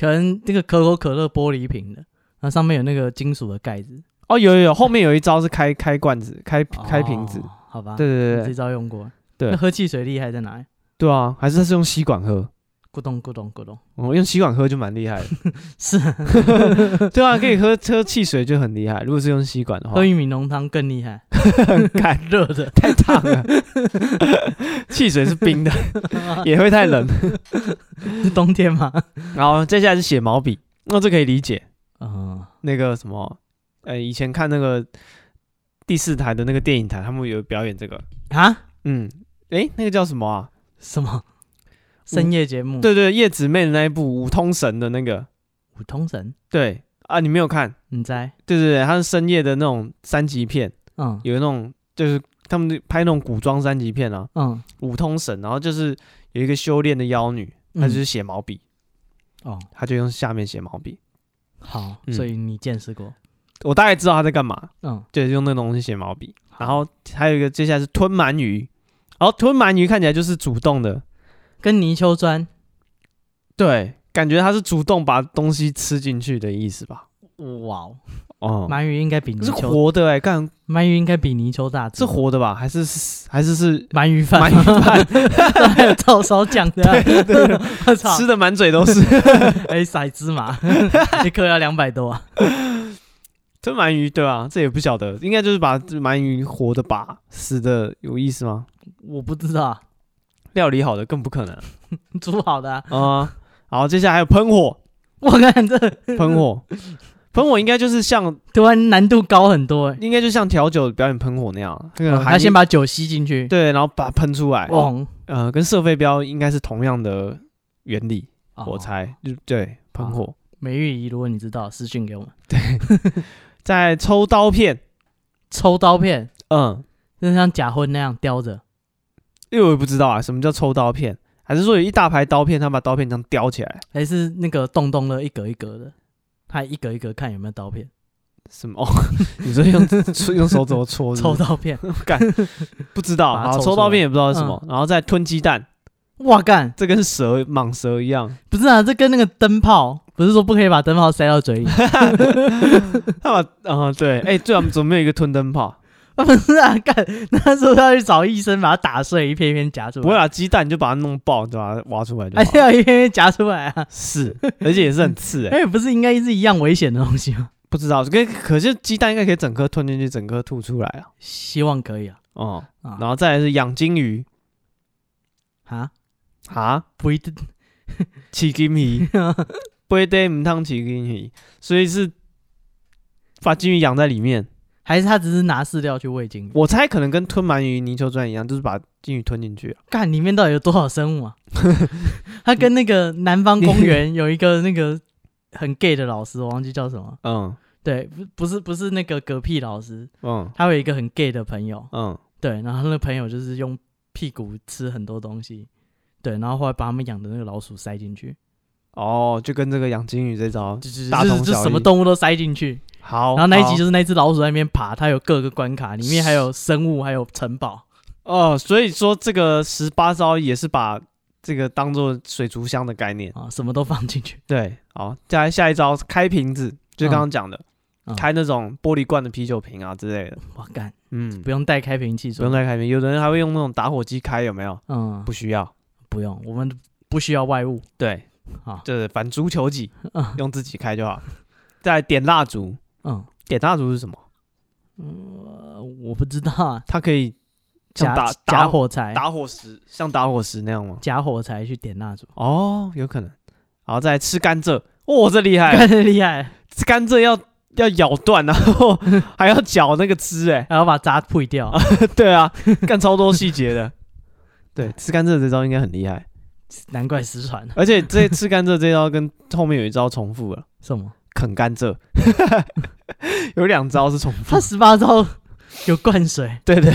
可能那个可口可乐玻璃瓶的，那上面有那个金属的盖子，哦，有有有，后面有一招是开开罐子，开开瓶子，哦好吧？对对我对这对招用过。对那喝汽水厉害在哪里？对啊，还是它是用吸管喝，咕咚咕咚 咕咚，哦，用吸管喝就蛮厉 害的，是啊对啊，可以喝喝汽水就很厉害，如果是用吸管的话喝，玉米浓汤更厉害， 干 热 的。太烫了，汽水是冰 的，也会太冷。是冬 天吗？然后接下来是写毛笔，那、这可以理解，嗯，那个什么，呃，以前看那个第四台的那个电影台，他们有表演这个，啊？嗯，诶，那个叫什么啊？什么？ 深夜节目？，对对，叶子妹的那一部五通神的那个，五通神，对啊，你没有看？你在？对对对，它是深夜的那种三级片，嗯有那种就是他们拍那种古装三级片啊，嗯，五通神，然后就是有一个修炼的妖女，她就是写毛笔，嗯哦，她就用下面写毛笔，好，嗯所以你见识过？我大概知道她在干嘛，嗯，就是用那东西写毛笔。然后还有一个，接下来是吞鳗鱼，然后吞鳗鱼看起来就是主动的，跟泥鳅砖，对，感觉它是主动把东西吃进去的意思吧？哇哦，哦，鳗鱼应该比泥可是鳅，活的哎、干鳗鱼应该比泥鳅大只，是活的吧？还是还是是鳗鱼饭，鳗鱼饭 还有照烧酱 的啊， 我操，吃的满嘴都是 哎，塞芝麻，一颗要两百多啊，吞鳗鱼，对吧、这也不晓得，应该就是把鳗鱼活的吧，死的有意思吗？我不知道啊，料理好的更不可能煮好的啊，啊、好，接下来还有喷火，我看这喷 火，喷火应该就是像突然难度高很多欸，哦应该就像调酒表演喷火那样，那个他含先一把酒吸进去，对，然后把它喷出来。哦，哦，呃，跟射飞镖应该是同样的原理，哦我猜，就对，喷火。美玉仪，如果你知道，私信给我们。再抽刀片，抽刀片，嗯，就像假婚那样叼着，因为我也不知道啊，什么叫抽刀片，还是说有一大排刀片，他把刀片这样叼起来？还是那个洞洞的一格一格的，他一格一格看有没有刀片，什么？哦， 你说 用用手怎么戳是不抽是？刀片，不知道，把它好，抽抽嗯出来刀片也不知道是什么，然后再吞鸡蛋，哇干，这跟蛇蟒蛇一 样，不是啊，这跟那个灯泡，不是说不可以把灯泡塞 到嘴里，他把啊对，哎，对啊，怎么没有一个吞灯泡？啊不是啊干，那时候要去找医生把它打碎，一片一片夹出不会来，啊，鸡蛋你就把它弄爆，你就把它挖出来就还好是。要一片一片夹出来啊， 是，而且也是很刺哎、哎，不是应该是一样危险的东西吗？ 不知道，可可是鸡蛋应该可以整颗吞进去，整颗吐出来啊。希望可以啊，哦、啊然后再来是养金鱼啊，啊，不一定， 起金鱼，不会对唔汤起金鱼，所以是把金鱼养在里面。还是他只是拿饲料去喂鲸鱼，我猜可能跟吞鳗鱼、泥鳅砖一样，就是把金鱼吞进去、啊。干里面到底有多少生 物啊？他跟那个南方公园有一个那个很 gay 的老师，我忘记叫什么。嗯对，不不是不是那个嗝屁老师，嗯他有一个很 gay 的朋友。嗯，对，然后那个朋友就是用屁股吃很多东西。对，然后后来把他们养的那个老鼠塞进去，哦，就跟这个养金鱼这招就是大就同是就小什么异动物都塞进去。好。然后那一集好就是那只老鼠在那边爬，它有各个关卡，里面还有生物，还有城堡。哦，所以说这个十八招也是把这个当做水族箱的概念。啊，什么都放进去。对，好，再来下一招是开瓶子，就刚刚讲的，嗯开那种玻璃罐的啤酒瓶啊之类的。哇，干，嗯，不用带开瓶器不水用。再开瓶，有的人还会用那种打火机开，有没有？嗯，不需要。不用，我们不需要外物对，啊。就是反足球己，嗯用自己开就好。再来点蜡烛，嗯，点蜡烛是什么？呃我不知道啊，它可以像假打假打火柴，打火石，像打火石那样吗？假火柴去点蜡烛，哦，有可能。然后再来吃甘蔗，哦，这厉害了， 干得厉害，甘蔗要要咬断，然 后还要嚼那个汁， 哎，然后把渣吐掉，对啊，干超多细节的。对，吃甘蔗这招应该很厉害，难怪失传而且这吃甘蔗这招跟后面有一招重复了， 什么？ 啃甘蔗，有两招是重复他。十八招有灌水。 对对，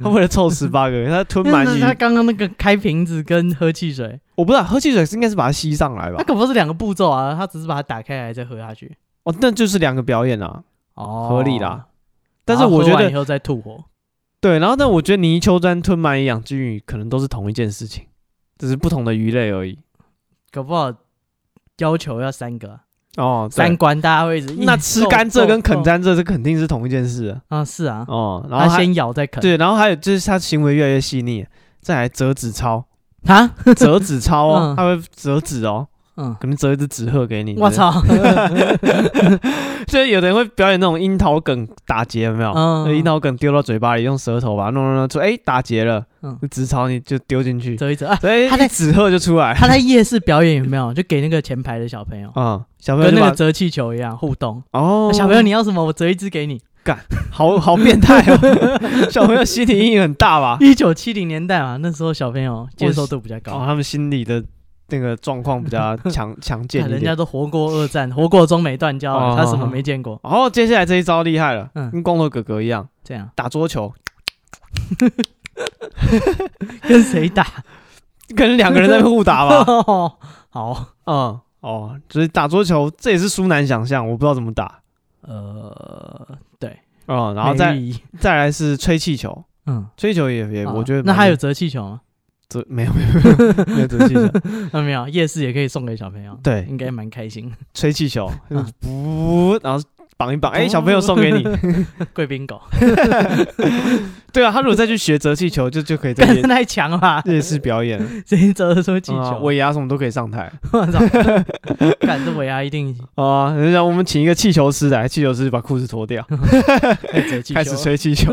他为了凑十八个人，他吞但满是一，他刚刚那个开瓶子跟喝汽水，我不知道喝汽水是应该是把它吸上来吧那？可不是两个步骤啊，他只是把它打开来再喝下去。哦，那就是两个表演啊。哦，合理啦。但然是后我啊喝觉完得以后再吐火，对，然后但我觉得泥鳅砖吞鳗鱼养金鱼可能都是同一件事情，只是不同的鱼类而已。搞不好要求要三个啊哦，对三观，大家会一直那吃甘蔗跟啃蔗甘蔗这肯定是同一件事啊啊，是啊，哦，然后他还先咬再啃对，然后还有就是他行为越来越细腻，再来折纸钞，啊，折纸钞哦， 嗯他会折纸哦，嗯，可能折一只纸鹤给你。我！操， 就是有的人会表演那种樱桃梗打结，有没有？嗯就樱桃梗丢到嘴巴里，用舌头把它弄弄弄出，哎，打结了嗯，纸钞你就丢进去，折一折啊。所以他在一纸鹤就出来。他在夜市表演有没有？就给那个前排的小朋友，嗯，小朋友跟就那把个折气球一样互动。哦，小朋友你要什么，我折一只给你。好好变态哦，小朋友心理阴影很大吧？一九七零年代嘛，那时候小朋友接受度比较哦，高，他们心理的那个状况比 较强强健啊一人家点。都活过二战，活过中美断交啊，哦他什么没见过？然哦后接下来这一招厉害了，嗯跟光头哥哥一样这样打桌球，跟谁打？可能两个人在那边互打吧。哦 好，嗯，哦，就是打桌球，这也是苏难想象，我不知道怎么打。呃，嗯，然后再再来是吹气球，嗯，吹球也也啊我觉得那还有蛮折气球吗？这没有没有没有没有吹气球， 啊，没有，夜市也可以送给小朋友，对应该蛮开心。 吹气球嗯，不，然后绑一绑，哦哎，小朋友送给 你。贵宾狗，对啊，他如果再去学折气球，就就可以在但夜是 太强了吧，夜市表演，谁折得出气啊球？尾牙什么都可以上 台我操，干这尾牙一定啊！人家我们请一个气球师来，气球师把裤子脱掉，会折气球，开始吹气 球。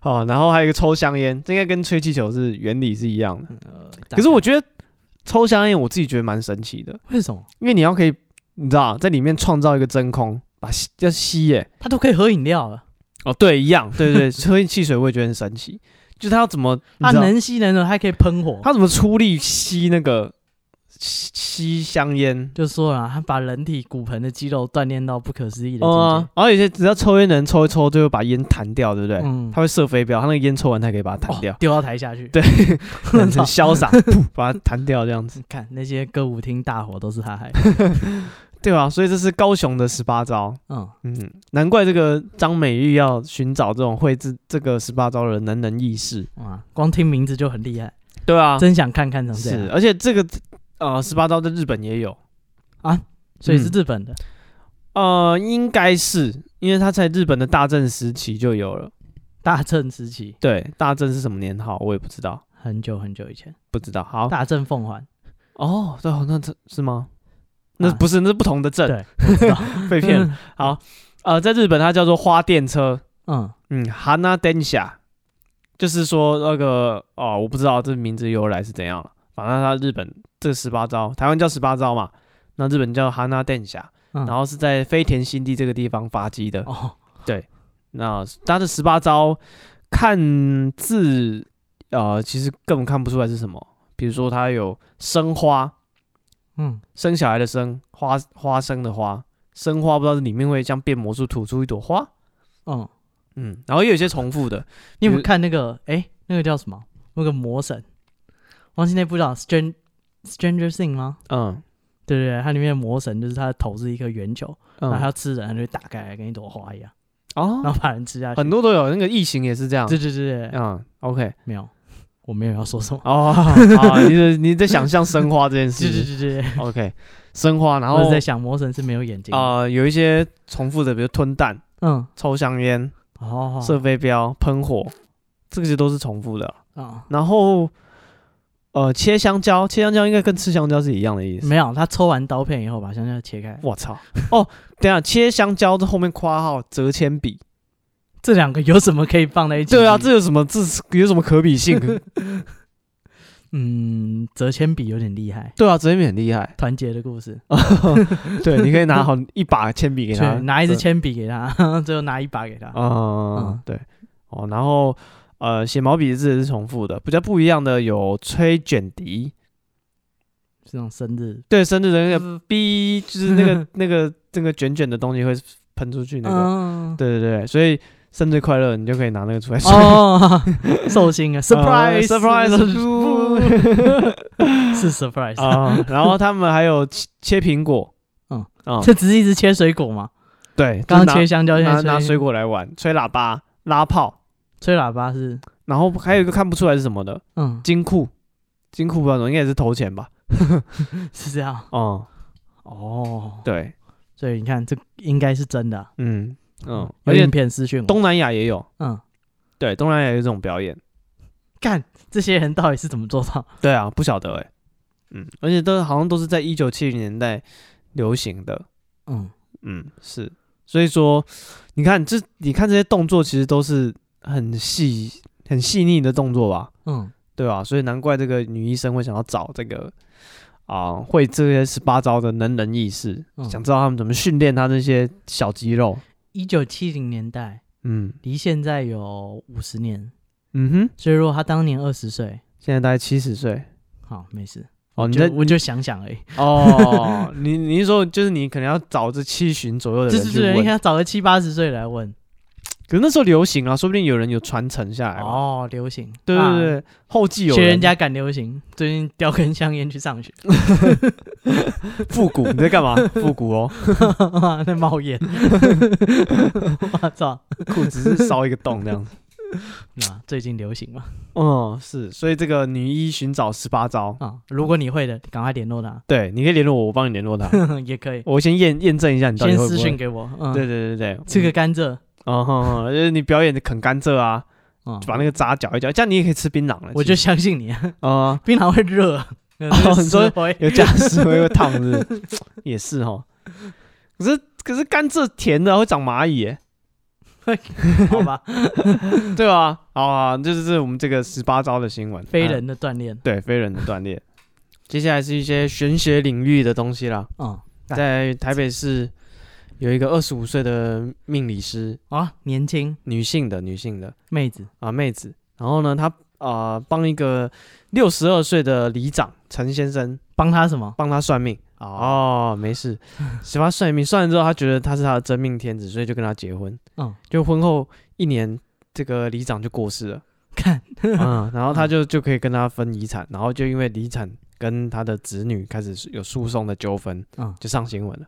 好，然后还有一个抽香烟，这应该跟吹气球是原理是一样的。呃。可是我觉得抽香烟，我自己觉得蛮神奇的，为什么因为你要可以，你知道，在里面创造一个真空，把吸要吸耶、他都可以喝饮料了？哦，对，一样，对 对，所以汽水我也觉得很神奇，就是它要怎么，你他知道，啊能吸能喝，还可以喷火。它怎么出力吸那个吸吸香烟，就说了、啊，他把人体骨盆的肌肉锻炼到不可思议的境界。哦，然后有些只要抽烟的人抽一抽，就会把烟弹掉，对不对？嗯，他会射飞镖，他那个烟抽完，他可以把它弹掉哦，丢到台下去。 对 很 操潇洒，噗把它弹掉这样 子，看那些歌舞厅大火都是他害。对吧、所以这是高雄的十八招，嗯，嗯，难怪这个张美玉要寻找这种会这这个十八招的人，能人异士，哇，光听名字就很厉害，对啊，真想看看成是，这啊样。而且这个呃十八招在日本也有，所以是日本的，嗯呃，应该是因为他在日本的大正时期就有了，大正时期，对，大正是什么年号我也不知道，很久很久以前，不知道，好，大正奉还。哦，对哦，那这是吗？那啊不是，那是不同的镇，对，我知道。被骗了。好，呃，在日本它叫做花电车，嗯，嗯，Hana Densha，就是说那个哦，我不知道这名字由来是怎样了，反正它日本这十八招，台湾叫十八招嘛，那日本叫 Hana Densha，嗯然后是在飞田新地这个地方发迹的。哦，那它的十八招看字，呃，其实根本看不出来是什么，比如说它有生花。嗯，生小孩的生，花花生的花，生花不知道是里面会像变魔术吐出一朵花，嗯，嗯，然后也有一些重复的，你有没有看那个？哎、那个叫什么？那个魔神，忘记那部叫《Stran Stranger Thing》吗？嗯对对对，它里面的魔神就是他的头是一颗圆球，然后他嗯，要吃人，他就会打开来跟一朵花一样，然哦，后把人吃下去。很多都有，那个异形也是这样，对对对对，嗯，OK， 没有，我没有要说什么。哦，好，你的你在想象生花这件 对对事对对对， ，OK，生花，然我后是在想魔神是没有眼睛的。啊有一些重复的，比如吞蛋、嗯，抽香烟、哦，射飞镖、喷火，这些都是重复的，啊，然后。呃，切香蕉，切香蕉应该跟吃香蕉是一样的意思。没有，他抽完刀片以后把香蕉切开，我操！哦，等一下切香蕉这后面括号折铅笔。这两个有什么可以放在一起？对啊，这有什么这是有什么可比性？嗯，折铅笔有点厉害， 对啊，折铅笔很厉害。团结的故事，对，你可以拿 好一把铅笔给他对，，拿一支支铅笔给他， 最后拿一把给他。啊嗯，对哦，然后呃，写毛笔字也是重复的，比较不一样的有吹卷笛。是那种生日，对，生日的那嗯个 B 就是那个那个那个卷卷的东西会喷出去那个。嗯，对对对，所以生日快乐，你就可以拿那个出来吃。哦， 寿星啊，surprise 呃 surprise 是 surprise，、啊，然后他们还有切切苹果，嗯啊，这只是一直切水果吗？对，就刚拿刚切香蕉，现拿在拿水吹果来玩，吹喇叭、拉炮，吹喇叭是，然后还有一个看不出来是什么的 嗯，金库，金库不知道怎么，应该也是投钱吧？是这样嗯，哦。对，所以你看，这应该是真的啊、嗯嗯，有而且影片私讯我，东南亚也有，嗯，对，东南亚也有这种表演。干这些人到底是怎么做到？对啊，不晓得哎、嗯，而且都好像都是在一九七零年代流行的，嗯， 嗯，是，所以说你看这，你看这些动作其实都是很细、很细腻的动作吧，嗯，对吧、所以难怪这个女医生会想要找这个啊、会这些十八招的能人异士，嗯想知道他们怎么训练他这些小肌肉，一九七零年代嗯离现在有五十年，嗯哼，所以如果他当年二十岁，现在大概七十岁。好，没事，哦，你就在我就想想而已。哦，你你是说就是你可能要找这七旬左右的这人是去人应问，该找个七八十岁来问可是那时候流行啊，说不定有人有传承下来嘛。哦，流行，对啊对对，后继有学人家赶流行，最近叼根香烟去上学， 复古，你在干嘛？复古哦，在冒烟， 我操！裤子是烧一个洞这样 子。啊，最近流行嘛嗯，是，所以这个女医寻找十八招，啊，如果你会的，赶快联络他， 对，你可以联络我，我帮你联络他，也可以我先验验证一下你到底先会不私讯会。给我，嗯，对，对对对，吃个嗯，甘蔗，哦哼哼就是你表演的啃甘蔗啊，嗯就把那个渣搅一搅，这样你也可以吃槟榔了。我就相信你， 啊，槟榔会热，哦你说会 有加石灰会烫是不是 也是哈。可是可是甘蔗甜的会长蚂蚁耶，好吧？对吧？好啊，这就是我们这个十八招的新闻。非啊人的锻炼，对非人的断裂。接下来是一些玄学领域的东西啦，嗯，干在台北市有一个二十五岁的命理师，啊，年轻女性的女性的妹子，啊妹子，然后呢，她啊帮一个六十二岁的里长陈先生帮他什么？帮他算命。哦，没事，喜欢算命，算完之后他觉得他是他的真命天子，所以就跟他结婚。嗯，就婚后一年，这个里长就过世 了。看，嗯，然后他就就可以跟他分遗产，然后就因为遗产跟他的子女开始有诉讼的纠纷，嗯，就上新闻了。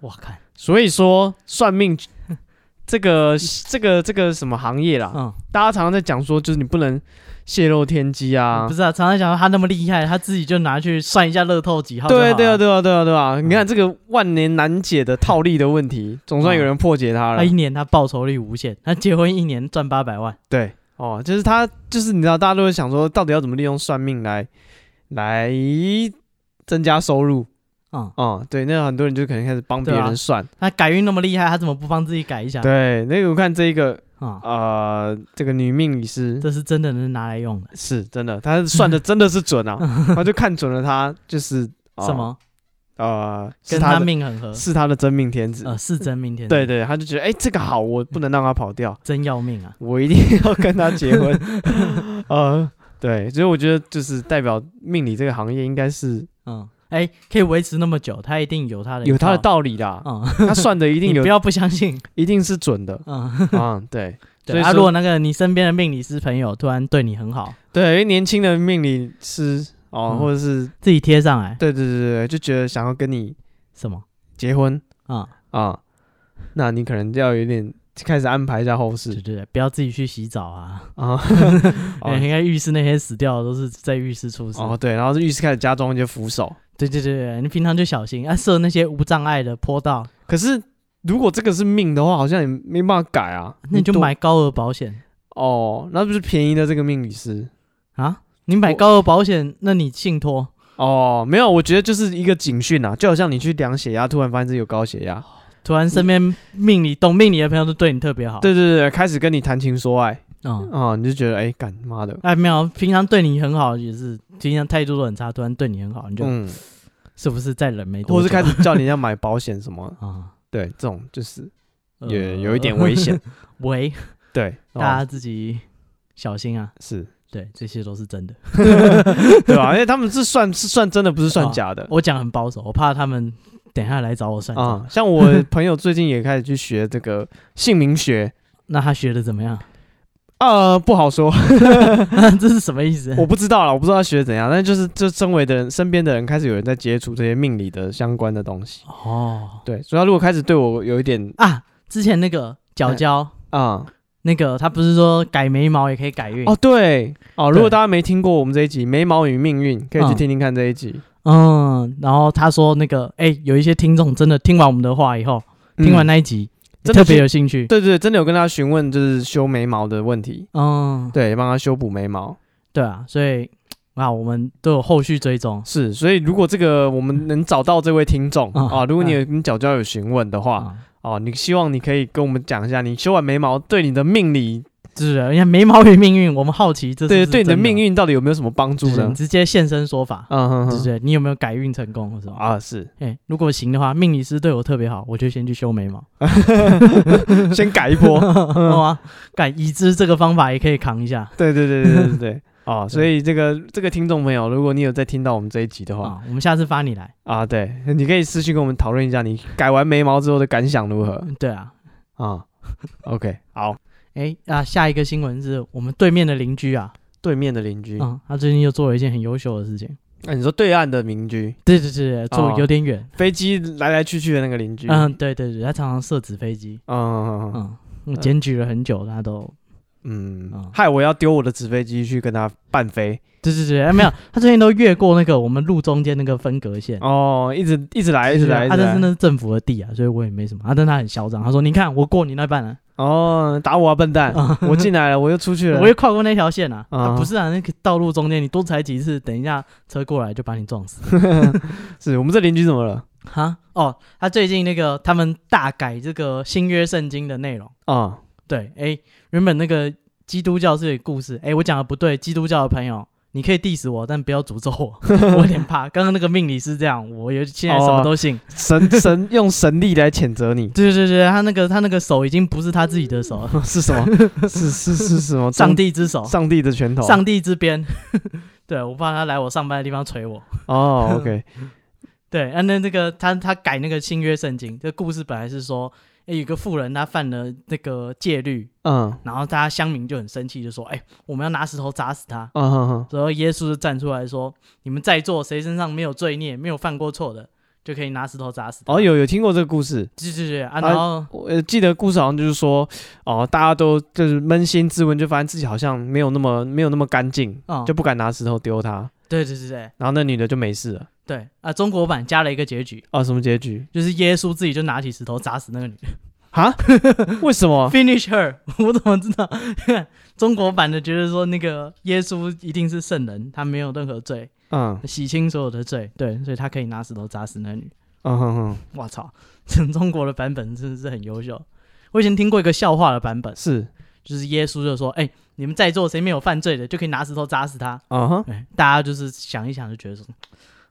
我看，所以说，算命 这个这个这个什么行业啦，嗯，大家常常在讲说，就是你不能泄露天机啊不。是啊，常常想到他那么厉害，他自己就拿去算一下乐透几号就好对了，对啊，对啊，对啊，对啊！嗯你看这个万年难解的套利的问题，总算有人破解它了他一。年他报酬率无限，他结婚一年赚八百万，对，哦，就是他，就是你知道，大家都会想说，到底要怎么利用算命来来增加收入嗯，啊、嗯对，那很多人就可能开始帮别对啊人算。他改运那么厉害，他怎么不帮自己改一下？对，那个我看这一个啊，呃，这个女命理师这是真的能拿来用的，是真的，她算的真的是准 啊，她就看准了她就是、呃什么？呃，是跟她他的命很合，是她的真命天子。呃，是真命天子，对对，她就觉得哎、这个好，我不能让她跑掉。真要命啊！我一定要跟他结 婚。 呃，对，所以我觉得就是代表命理这个行业应该是嗯，哎，可以维持那么久，他一定有他的有他的一套，道理啦，嗯，他算的一定 你有不，要不相信，一定是准 的嗯，啊。对，所对。以啊，说如果那个你身边的命理师朋友突然对你很好，对，因为年轻的命理师哦，嗯或者是自己贴上来对对对对，对就觉得想要跟你什么结婚啊？啊，那你可能要有点开始安排一下后对事对对，不要自己去洗澡啊！啊。 哎哦应该浴室那些死掉的都是在浴室出事。哦，对，然后浴室开始加装一些扶手，对对对对，你平常就小心啊，设那些无障碍的坡道，可是。如果这个是命的话，好像也没办法改啊。那你就多买高额保险哦，那不是便宜的这个命理师啊。你买我高额保险，那你信托哦？没有，我觉得就是一个警讯啊，就好像你去量血压，突然发现自己有高血压，突然身边命理懂命理的朋友都对你特别好。，对对对，开始跟你谈情说爱嗯，啊、你就觉得哎，干妈的，哎，没有，平常对你很好也是，平常态度都很差，突然对你很好，你就、嗯，是不是在忍没多或久？是开始叫人家买保险什么，啊，对，这种就是呃，也有一点危险，喂， 对，大家哦、自己小心啊。是，对，这些都是真的。对吧、因为他们是算是算真的，不是算啊假的。啊我讲很保守，我怕他们等一下来找我算账。啊、像我朋友最近也开始去学这个姓名学，那他学的怎么样？ 呃，不好说，这是什么意思？我不知道啦，我不知道他学的怎样，但就是就周围的人、身边的人开始有人在接触这些命理的相关的东西。哦对，所以他如果开始对我有一点啊，之前那个角胶、啊、那个，他不是说改眉毛也可以改运？哦，对哦，如果对大家没听过我们这一集《眉毛与命运》，可以去嗯听听看这一集。嗯，然后他说那个，哎、有一些听众真的听完我们的话以后，听完那、那一集、嗯真的特别是有兴趣。对对，真的有跟他询问就是修眉毛的问题，嗯，对，帮他修补眉毛。对啊，所以啊，我们都有后续追踪。是，所以如果这个我们能找到这位听众、嗯啊，如果你有跟角角有询问的话，啊，哦、你希望你可以跟我们讲一下，你修完眉毛对你的命理，是的，因为眉毛与命运，我们好奇这是对不是对你的真的命运到底有没有什么帮助就是呢你？直接现身说法，嗯哼对不哼，对？你有没有改运成功或什么？啊，啊是， 哎、如果行的话，命理师对我特别好，我就先去修眉毛，先改一波， 好啊，改已知这个方法也可以扛一下对对对对对对对。 啊，所以这个这个听众朋友，如果你有在听到我们这一集的话啊。我们下次发你来，啊，对，你可以私信跟我们讨论一下你改完眉毛之后的感想如何嗯对啊。啊。OK，好，哎、啊，下一个新闻是我们对面的邻居啊，对面的邻居，那、嗯，他最近又做了一件很优秀的事情。你说对岸的邻居，对对对，对住哦有点远。飞机来来去去的那个邻居，嗯，对对对，他常常射纸飞机。嗯嗯嗯，我检举了很久，他都嗯嗯嗯，害我要丢我的纸飞机去跟他伴飞对对对，哎没有，他最近都越过那个我们路中间那个分隔线。哦，一直一直来，一直来，一他直这真来嗯的是政府的地啊，所以我也没什么。啊，但他很嚣张，他说：“你看我过你那啊半了、哦，打我啊，笨蛋！我进来了，我又出去了我，又跨过那条线啊。啊啊，不是啊，那个道路中间你多踩几次，等一下车过来就把你撞死。是我们这邻居怎么了？哈，哦，他最近那个他们大改这个新约圣经的内容。啊对，哎，原本那个基督教是有故事，哎，我讲的不对，基督教的朋友，你可以 diss 我，但不要诅咒 我，我有点怕。刚刚那个命理是这样，我有现在什么都信。 神神用神力来谴责你对对对，他那个他那个手已经不是他自己的手 了，是什么？是是是什么？上帝之手，啊上帝的拳头。上帝之鞭。 对，我怕他来我上班的地方捶我。哦，OK，对，啊，那那个他他改那个新约圣经，这故事本来是说，哎，有个富人他犯了那个戒律，嗯然后大家乡民就很生气，就说，哎，我们要拿石头砸死他。嗯哼哼，然后耶稣就站出来说：“你们在座谁身上没有罪孽，没有犯过错的，就可以拿石头砸死。”哦，，有有听过这个故事，对对对啊，啊然后我呃记得故事好像就是说，哦，大家都就是扪心自问，就发现自己好像没有那么没有那么干净，嗯就不敢拿石头丢他，对对对对然后那女的就没事了。对啊，中国版加了一个结局，啊，什么结 局？就是耶稣自己就拿起石头砸死那个女的哈？为什么？ ，finish her。我怎么知道？中国版的觉得说那个耶稣一定是圣人，他没有任何罪，嗯洗清所有的罪，对，所以他可以拿石头砸死那个女的。嗯哼哼，我操， 整中国的版本真的是很优秀。我以前听过一个笑话的版本。是，就是耶稣就说：“哎、你们在座谁没有犯罪的，就可以拿石头砸死他。嗯哼，哎，大家就是想一想，就觉得说，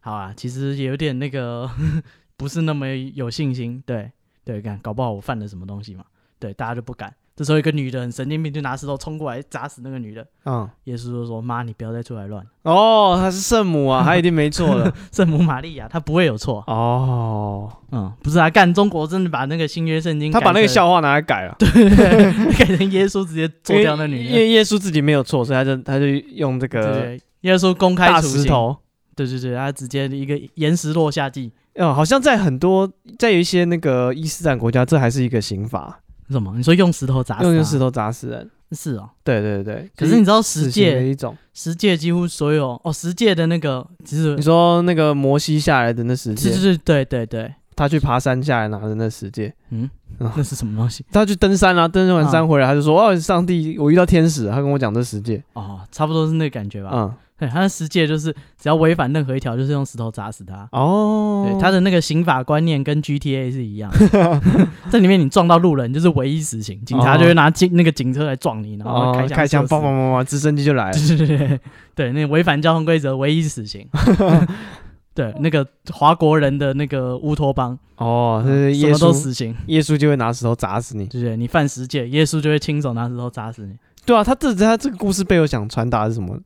好啊，其实也有点那个， 不是那么有信心。对对，看搞不好我犯了什么东西嘛。对，大家就不敢。这时候一个女的很神经病，就拿石头冲过来砸死那个女的。嗯，耶稣就说：“妈，你不要再出来乱。哦，她是圣母 啊，她一定没错了。圣母玛利亚她不会有错。哦，”嗯，不是啊，干中国真的把那个新约圣经她改成，把那个笑话拿来改了，改成耶稣直接做掉那女因的。为耶稣自己没有错，所以他就他就用这对个对，耶稣公开大处石刑头。对对对，他直接一个岩石落下地，哦，好像在很多在有一些那个伊斯兰国家，这还是一个刑罚，什么？你说用石头砸死、用用石头？头砸死人。是哦。对对对，可是你知道死十刑的诫，一种，十诫几乎所有哦，十诫的那个其实你说那个摩西下来的那十是诫是，是，对对对，他去爬山下来拿的那十诫，嗯，哦那是什么东西？他去登山啊，登完山嗯回来，他就说：“哦，上帝，我遇到天使，他跟我讲这十诫。哦，差不多是那个感觉”吧。嗯，对，他的十诫就是只要违反任何一条，就是用石头砸死他。哦对，，他的那个刑法观念跟 GTA 是一样的， 这里面你撞到路人就是唯一死刑，警察就会拿警、那个警车来撞你，然后哦开开枪，射砰死砰砰砰，直升机就来了。 对对对对对，那违反交通规则唯一 死刑。对，那个华国人的那个乌托邦，哦，这 是啊什耶么都稣，死刑，耶稣就会拿石头砸死你。对不对？你犯十戒，耶稣就会亲手拿石头砸死你。对啊，他这他这个故事背后想传达的是什么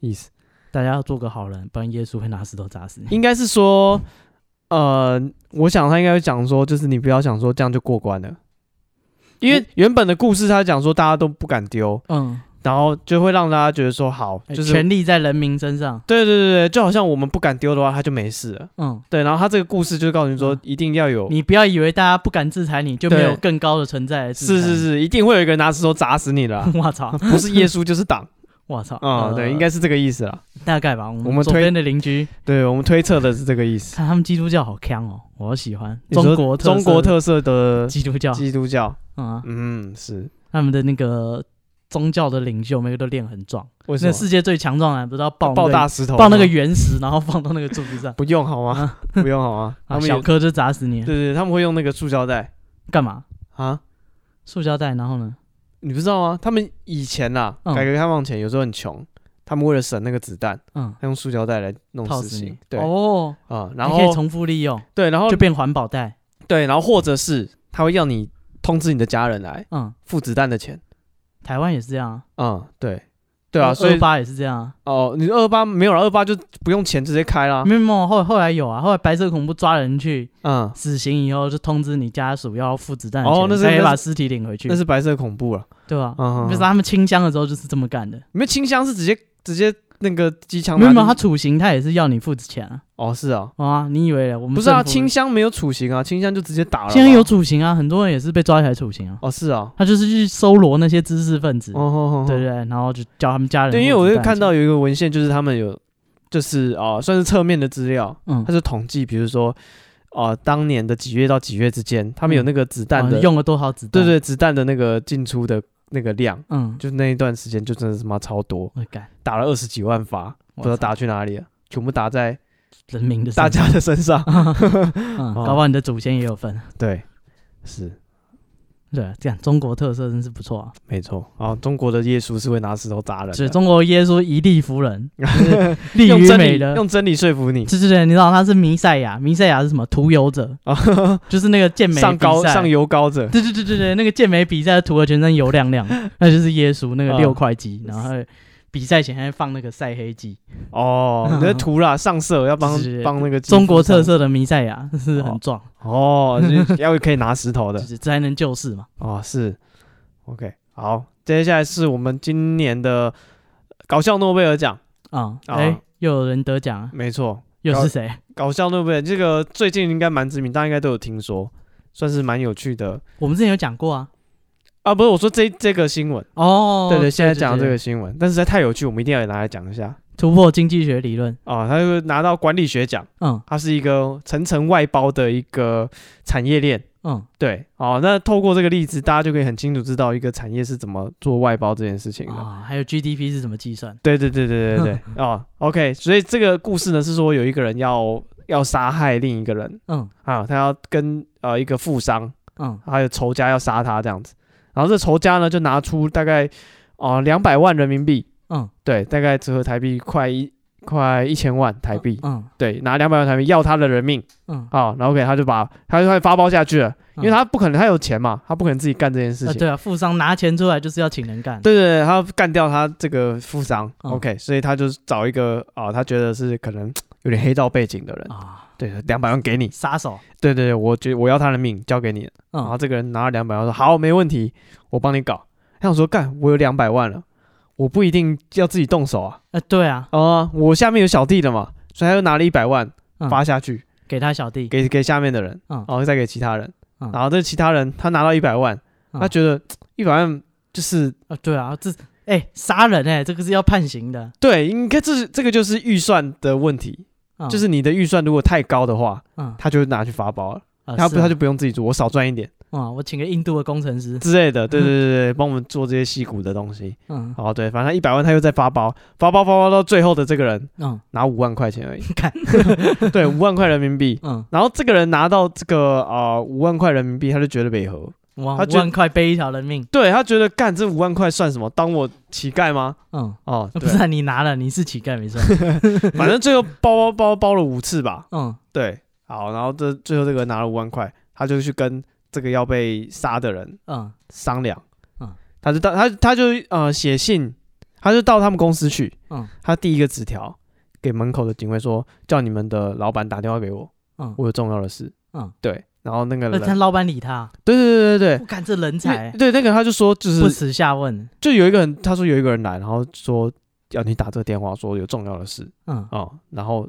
意思？大家要做个好人，不然耶稣会拿石头砸 死你。应该是说，呃，我想他应该会讲说，就是你不要想说这样就过关了，因为原本的故事他讲说大家都不敢丢，嗯，然后就会让大家觉得说好，哎就是权力在人民身上，对对对对，就好像我们不敢丢的话，他就没事了。嗯，对，然后他这个故事就是告诉你说嗯，一定要有，你不要以为大家不敢制裁你，就没有对更高的存在来制裁是是是，一定会有一个人拿石头砸死你的 啊，是， 我操，不是耶稣就是 党我操，啊、呃对，应该是这个意思啦。大概吧。我我们左推边的邻居，对我们推测的是这个意思。看他们基督教好强哦，我好喜欢你说中国特色中国特色的基督教，基督教，嗯啊，嗯，是他们的那个宗教的领袖，每个都练很壮。为什那么？世界最强壮的人不知道抱抱那个大石头吗，，抱那个原石，然后放到那个柱子上不用好吗？ 不用好吗？他啊，们也小颗就砸死你对，对，他们会用那个塑胶袋干嘛？啊，塑胶袋，然后呢？你不知道吗？他们以前啦，嗯改革开放前有时候很穷，他们为了省那个子弹，嗯，他用塑胶袋来弄套事死情你。。对啊、哦，然后你可以重复利用，对，然后就变环保袋。对，然后或者是他会要你通知你的家人来嗯，付子弹的钱。台湾也是这样啊，嗯，对，对啊，所以二八也是这样啊。哦，你二八没有了，二八就不用钱直接开啦。没有没有，后后来有啊，后来白色恐怖抓人去嗯，死刑以后，就通知你家属要付子弹的哦钱那是才可那以是把尸体领回去那，是白色恐怖了。对吧？嗯，就是他们清乡的时候就是这么干的。你们清香是直接直接那个机枪没拿进去？有没有，他处刑他也是要你付钱啊。哦，是啊，啊，你以为嘞我们不是啊，政府清香没有处刑啊，清香就直接打了。现在有处刑啊，很多人也是被抓起来处刑啊。哦，是啊，他就是去搜罗那些知识分子，哦哦哦，嗯对不对？然后就叫他们家人。对，因为我就看到，有一个文献，就是他们有，就是啊、呃算是侧面的资料，嗯它，是统计，比如说啊、呃当年的几月到几月之间，他们有那个子弹啊的，用了多少子对，弹？对，子弹的那个进出的那个量，嗯，就那一段时间就真的是妈超多，我干，打了二十几万发，我不知道操打去哪里了，全部打在人民的大身份，家的身上。 嗯，哦搞不好你的祖先也有份。对，是对，这样中国特色真是不错啊。没错。啊，中国的耶稣是会拿石头砸人所以的，中国耶稣一地 服人，就是利用于真美理的。用真理说服你。对对对，你知道他是弥赛亚，弥赛亚是什么？屠油者，啊，就是那个健美上比高赛上油高者，对对对对对，那个健美比赛涂的全身油亮 亮，那就是耶稣那个六块肌，然后他比赛前还放那个晒黑肌，哦，你在涂啦，上色要帮是嗯是是帮那个肌肤中国特上色的弥赛亚是很壮，哦，就是要可以拿石头就 的是才能救世嘛。哦，是 OK。好，接下来是我们今年的搞笑诺贝尔奖，啊，啊哎，又有人得奖啊，没错，又是谁？搞笑诺贝尔这个最近应该蛮知名，大家应该都有听说，算是蛮有趣的我们之前有讲过啊。啊。不是我说这这个新闻，哦，对对，现在讲的这对个新闻，但是实在太有趣，我们一定要拿来讲一下突破经济学理论，啊。他就拿到管理学奖，嗯它是一个层层外包的一个产业链。嗯对，哦，那透过这个例子，大家就可以很清楚知道一个产业是怎么做外包这件事情的。啊，还有 GDP 是怎么计算？对对对对对 对，哦，OK，所以这个故事呢是说有一个人要要杀害另一个人嗯啊，他要跟呃一个富商嗯还有仇家要杀他这样子，然后这仇家呢就拿出大概啊两百万人民币，嗯对，大概折合台币快一快一千万台币，嗯对，拿两百万台币要他的人命嗯，啊、然后给他就把他就快发包下去了，因为嗯他不可能他有钱嘛，他不可能自己干这件事啊情。对啊，富商拿钱出来就是要请人干。对对对，他要干掉他这个富商、嗯 o k 所以他就找一个啊、他觉得是可能有点黑道背景的人，啊，对，两百万给你，杀手，对对对，我觉我要他的命，交给你，然后嗯这个人拿了两百万说好，没问题，我帮你搞。他想说干，我有两百万了，我不一定要自己动手啊，啊，对啊，啊、我下面有小弟的嘛，所以他又拿了一百万嗯发下去，给他小弟，给给下面的人，嗯然后再给其他人，嗯然后这其他人他拿到一百万，嗯他觉得一百万就是啊，对啊，这哎杀人哎，这个是要判刑的，对，应该这是这个就是预算的问题，嗯就是你的预算如果太高的话，嗯，他就会拿去发包了，啊他是不他啊就不用自己做，我少赚一点嗯，我请个印度的工程师，之类的，对对对对，帮我们做这些戏骨的东西。嗯哦，对，反正一百万他又在发包，发包发包到最后的这个人嗯，拿五万块钱而已 看对，五万块人民币。嗯，然后这个人拿到这个啊五、万块人民币，他就觉得违和，哇，他五觉得万块背一条人命，对他觉得干这五万块算什么？当我乞丐吗？嗯，哦，不对，是啊你拿了，你是乞丐没错，反正最后包包包包了五次吧，嗯对，好，然后这最后这个拿了五万块，他就去跟这个要被杀的人嗯商量，嗯他就到他他就呃写信，他就到他们公司去，嗯他第一个纸条给门口的警卫说，叫你们的老板打电话给我，嗯我有重要的事，嗯，对，然后那个那人，他老板理他，对对对对我看这人对，才因为对那个他就说就不是耻下问，就有一个人，他说有一个人来，然后说要你打这个电话，说有重要的事嗯，啊、然后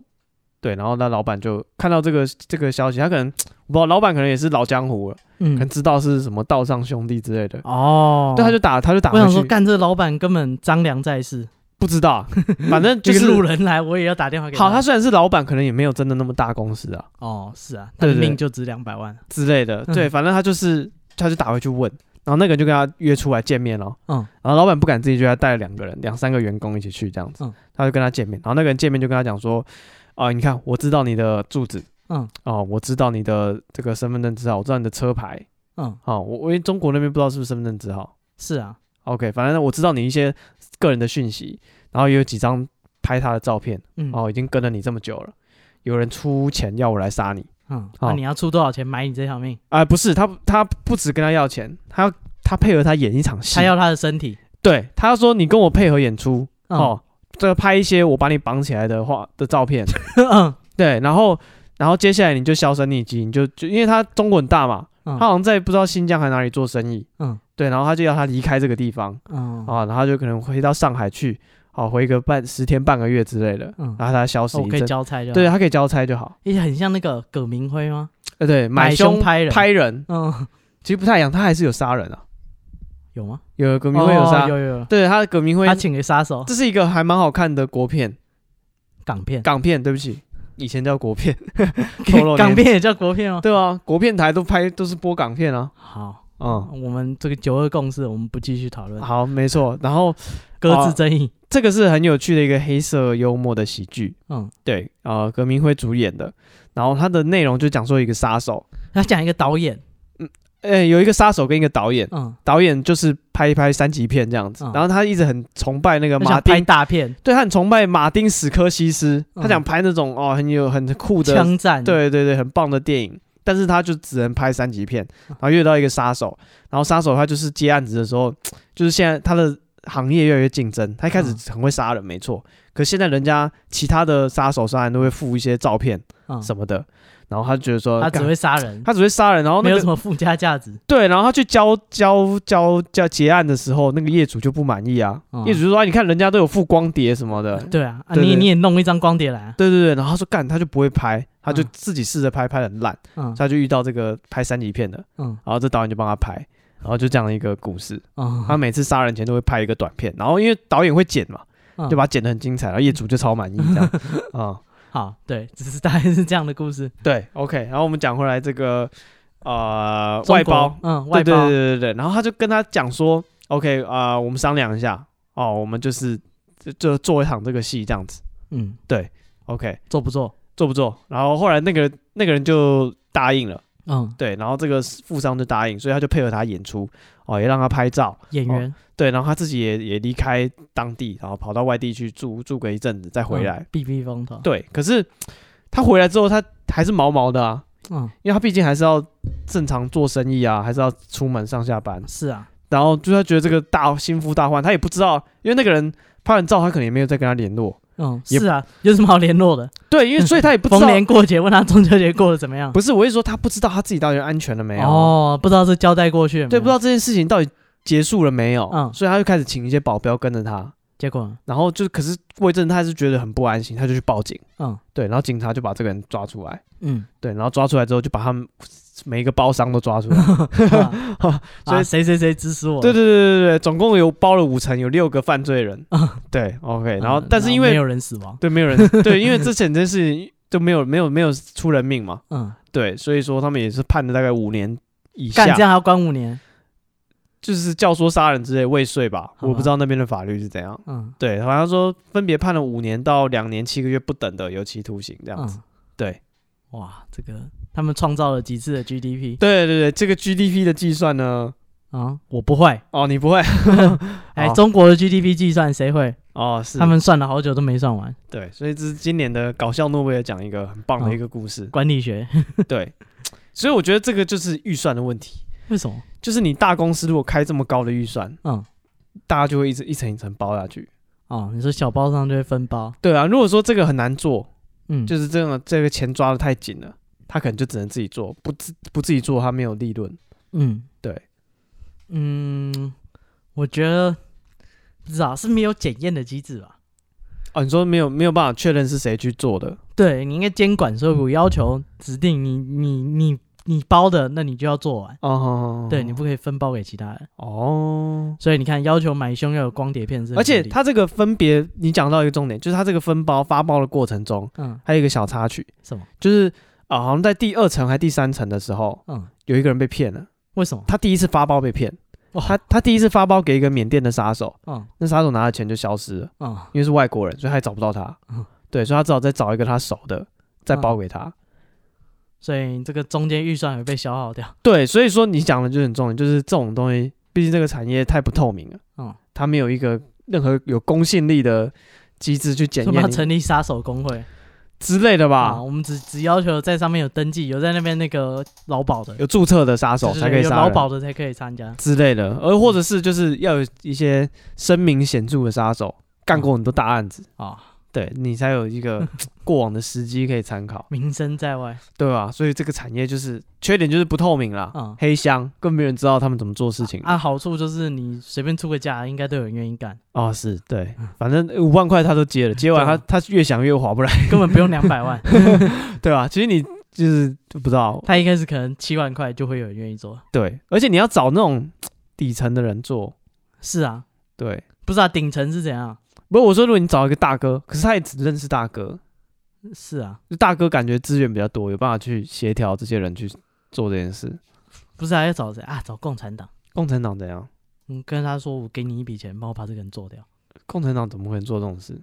对，然后那老板就看到这个这个消息，他可能我不知道，老板可能也是老江湖了，可能嗯，知道是什么道上兄弟之类的，哦，对，他就打他就打我回想说，去，干这老板根本张良在世，不知道， 反正就这是个路人来我也要打电话给好，他他虽然是老板，可能也没有真的那么大公司啊哦，是啊，他的对对命就值两百万，之类的，嗯对，反正他就是他就打回去问，然后那个人就跟他约出来见面了，嗯，然后老板不敢自己去，就他带了两个人、两三个员工一起去这样子，嗯他就跟他见面，然后那个人见面就跟他讲说，啊、你看我知道你的住址，嗯，哦、我知道你的这个身份证字号，我知道你的车牌，嗯，哦，我我因为中国那边不知道是不是身份证字号是啊， ，OK，反正我知道你一些个人的讯息，然后也有几张拍他的照片，嗯，哦，已经跟了你这么久了，有人出钱要我来杀你。嗯，好那你要出多少钱买你这条命？啊、不是他，他不止跟他要钱，他要他配合他演一场戏，他要他的身体，对他要说你跟我配合演出、嗯，哦，这个拍一些我把你绑起来的话的照片， 嗯对，然后然后接下来你就销声匿迹，你就就因为他中国很大嘛，他好嗯像在不知道新疆还哪里做生意，嗯对，然后他就要他离开这个地方嗯，啊，然后他就可能回到上海去，好、回个半十天半个月之类的，嗯然后他消失哦我一可以阵，交差就好对，，他啊可以交差就好，也很像那个葛明辉吗？呃，对，买凶凶拍人拍人， 嗯，其实不太一样，他还是有杀人啊，有吗？有葛明辉有杀。哦有有有，对，他的葛明辉他，请给杀手这是一个还蛮好看的国片，港片，港片，对不起，以前叫国 片，透露年纪港片也叫国片吗？对啊，国片台都拍都是播港片啊，好，嗯，我们这个九二共识我们不继续讨论，好，没错，然后搁置争议。这个是很有趣的一个黑色幽默的喜剧，嗯，对，呃，葛明辉主演的，然后它的内容就讲说一个杀手，他讲一个导演，呃，有一个杀手跟一个导演，嗯，导演就是拍一拍三级片这样子嗯，然后他一直很崇拜那个他马想拍丁，大片，对他很崇拜马丁史科西斯，他想拍那种哦很有很酷的枪战，，对对对，很棒的电影，但是他就只能拍三级片，嗯然后遇到一个杀手，然后杀手他就是接案子的时候，就是现在他的行业越来越竞争，他一开嗯始很会杀人，没错，可现在人家其他的杀手杀人都会附一些照片嗯，什么的，然后他就觉得说他只干会杀人，他只会杀人，然后没那有什个么附加价值。对，然后他去交交交交结案的时候，那个业主就不满意啊，嗯业主就说、啊、你看人家都有附光碟什么的，对啊，啊对你对你也弄一张光碟来啊，对对对，然后他说干他就不会拍，他就嗯自己试着拍，拍的很烂，嗯所以他就遇到这个拍三级片的。嗯然后这导演就帮他拍，然后就这样一个故事。他嗯，每次杀人前都会拍一个短片，然后因为导演会剪嘛，嗯就把它剪得很精彩，然后业主就超满意 这样。啊、好，对， 只是大概是这样的故事。对，OK。然后我们讲回来这个呃中国外包，，嗯，外对包对，对对对。然后他就跟他讲说，OK 啊、我们商量一下哦，我们就是就就做一场这个戏这样子嗯， ，OK，做不做？做不做？然后后来那个那个人就答应了，嗯，对，然后这个富商就答应，所以他就配合他演出哦，也让他拍照。演员嗯对，然后他自己也也离开当地，然后跑到外地去住住个一阵子，再回来。嗯避避风头。，对，可是他回来之后，他还是毛毛的啊，嗯，因为他毕竟还是要正常做生意啊，还是要出门上下班。是啊，然后就他觉得这个大心腹大患，他也不知道，因为那个人拍完照，他可能也没有再跟他联络。嗯，也是啊，有什么好联络的？对，因为所以他也不知 逢道，年过节问他中秋节过得怎么样？不是，我是说他不知道他自己到底安全了没有，哦，不知道是交代过去有没有对，不知道这件事情到底结束了没有，嗯所以他就开始请一些保镖跟着他，结果，然后就可是魏正他还是觉得很不安心，他就去报警。嗯对，然后警察就把这个人抓出来， 嗯，对，然后抓出来之后就把他们每一个包商都抓出来，啊 所以啊谁谁谁指使 我？对对对对对对，总共有包了五层，有六个犯罪人，对，OK，嗯，然后但是因没为有人死亡， 对没有 人对，因为这整件事情就没有没有没有出人命嘛，嗯，对，所以说他们也是判了大概五年以干下这，样还要关五年，就是教唆杀人之类未遂吧，好吧我不知道那边的法律是怎样，嗯对，好像说分别判了五年到两年七个月不等的有期徒刑这样子，嗯，对哇，这个他们创造了几次的 GDP 对对对，这个 GDP 的计算呢，啊？我不会，哦，你不会 哎，好中国的 GDP 计算谁会？哦，是他们算了好久都没算完，对，所以这是今年的搞笑诺贝尔奖一个很棒的一个故事。管理学对，所以我觉得这个就是预算的问题， 为什么？就是你大公司如果开这么高的预算，嗯，大家就会一直一层一层包下去。哦，你说小包商就会分包，对啊，如果说这个很难做，嗯，就是这个这个钱抓的太紧了，他可能就只能自己做，不自不自己做他没有利润。嗯，对，嗯，我觉得不知道是没有检验的机制吧？哦，你说没有没有办法确认是谁去做的，对你应该监管税务，要求指定你你你你包的，那你就要做完。哦，对，你不可以分包给其他人，哦，所以你看，要求买凶要有光碟片是很而合理的，且它这个分别，你讲到一个重点，就是它这个分包发包的过程中，嗯还有一个小插曲，什么就是啊、好像在第二层还第三层的时候，嗯，有一个人被骗了，为什么？他第一次发包被骗，哇他他第一次发包给一个缅甸的杀手，嗯那杀手拿了钱就消失了，嗯因为是外国人，所以他也找不到他嗯，对，所以他只好再找一个他熟的再包给他。所以这个中间预算也被消耗掉。对，所以说你讲的就是很重点，就是这种东西，毕竟这个产业太不透明了，嗯，它没有一个任何有公信力的机制去检我们验要你成立杀手工会之类的吧。啊、我们只只要求在上面有登记，有在那边那个劳保的，有注册的杀手就是才可以有杀劳保嗯人的才可以参加。之类的，而或者是就是要有一些声名显著的杀手，干过很多大案子，嗯啊、对你才有一 个过往的时机可以参考，名声在外，对吧？所以这个产业就是缺点就是不透明啦，嗯黑箱，更没人知道他们怎么做啊事情啊，好处就是你随便出个价，应该都有人愿意干， 哦，是对，嗯反正五万块他都接了，接完啊他他越想越划不来，根本不用两百 万。对吧？其实你就是不知道，他一开始可能七万块就会有人愿意做。对，而且你要找那种底层的人做，是啊，对。不是啊，顶层是怎样？不是我说，如果你找一个大哥，可是他也只认识大哥，是啊，就大哥感觉资源比较多，有办法去协调这些人去做这件事。不是还、啊、要找谁啊？找共产党。共产党怎样？嗯，跟他说我给你一笔钱，帮我把这个人做掉。啊共产党怎么会做这种事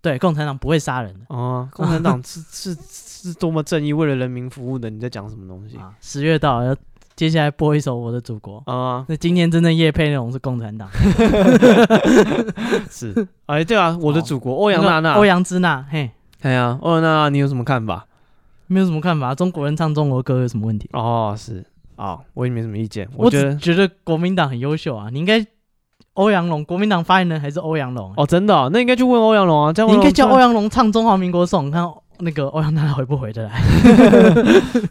对，共产党不会杀人的啊？共产 党是是是多么正义，为了人民服务的，你在讲什么东西啊。十月到了，要接下来播一首《我的祖国》。 啊？那今天真正叶配内容是共产党，是，哎，对啊，我的祖国欧欧阳娜娜哦欧，阳之娜，嘿，哎呀，欧阳娜娜，你有什么看法？没有什么看法。中国人唱中国歌有什么问题？哦，是啊，我也没什么意见，我我觉只得。觉得国民党很优秀啊，你应该欧阳龙，国民党发言人还是欧阳龙、哦，真的哦、那应该去问欧阳龙啊，这样你应该叫欧阳阳龙唱《中华民国颂》，看那个欧阳娜娜回不回得 来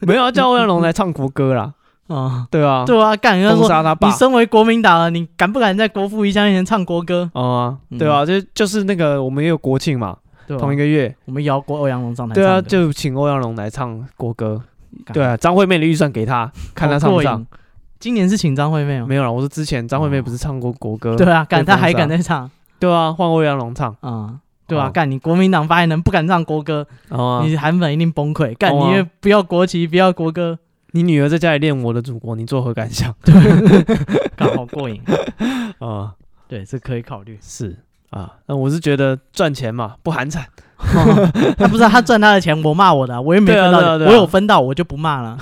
没有啊叫欧阳龙来唱国歌啦，啊、对啊，对啊，干人家封说杀他爸你，身为国民党啊，你敢不敢在国父遗像面前唱国歌？哦啊，对啊，就就是那个我们也有国庆嘛，嗯对啊吧、同一个月，我们摇过欧阳龙上台唱对啊，歌，就请欧阳龙来唱国歌。干对啊，张惠妹的预算给他，看他好唱不过瘾唱。。今年是请张惠妹吗？没有了，我说之前张惠妹不是唱过国歌？对啊，敢被封他还敢杀再唱对啊，换欧阳龙唱。啊、对啊，哦干你国民党发言人不敢唱国歌，然后啊你韩粉一定崩溃。干哦啊你也不要国旗，不要 国歌，你女儿在家里练《我的祖国》，你作何感 想？干好过瘾。啊，对，这可以 考虑。是啊，那我是觉得赚钱嘛，不寒碜。他不知道他赚他的钱，我骂我的啊、我又没对啊分到对啊你，对啊我有分到我就不骂 了。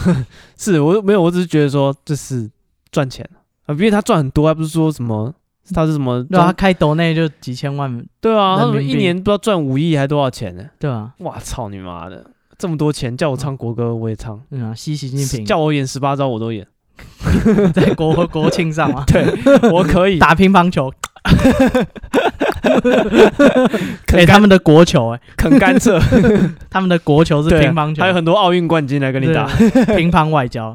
是我没有，我只是觉得说这是赚钱啊，因为他赚很多，还不是说什么他是什么？对啊，他开抖内就几千万，对啊，他什么人民一币年不知道赚五亿还多少钱呢？对啊，哇操你妈的！这么多钱叫我唱国歌，我也唱。嗯啊，吸习近平叫我演十八招我都演，在国国庆上嘛， 对我可以。打乒 乓球， 啃干哎、他们的国球、哎，啃甘蔗，他们的国球是对啊乒乓 球，还有很多奥运冠军来跟你打。对啊乒乓外交，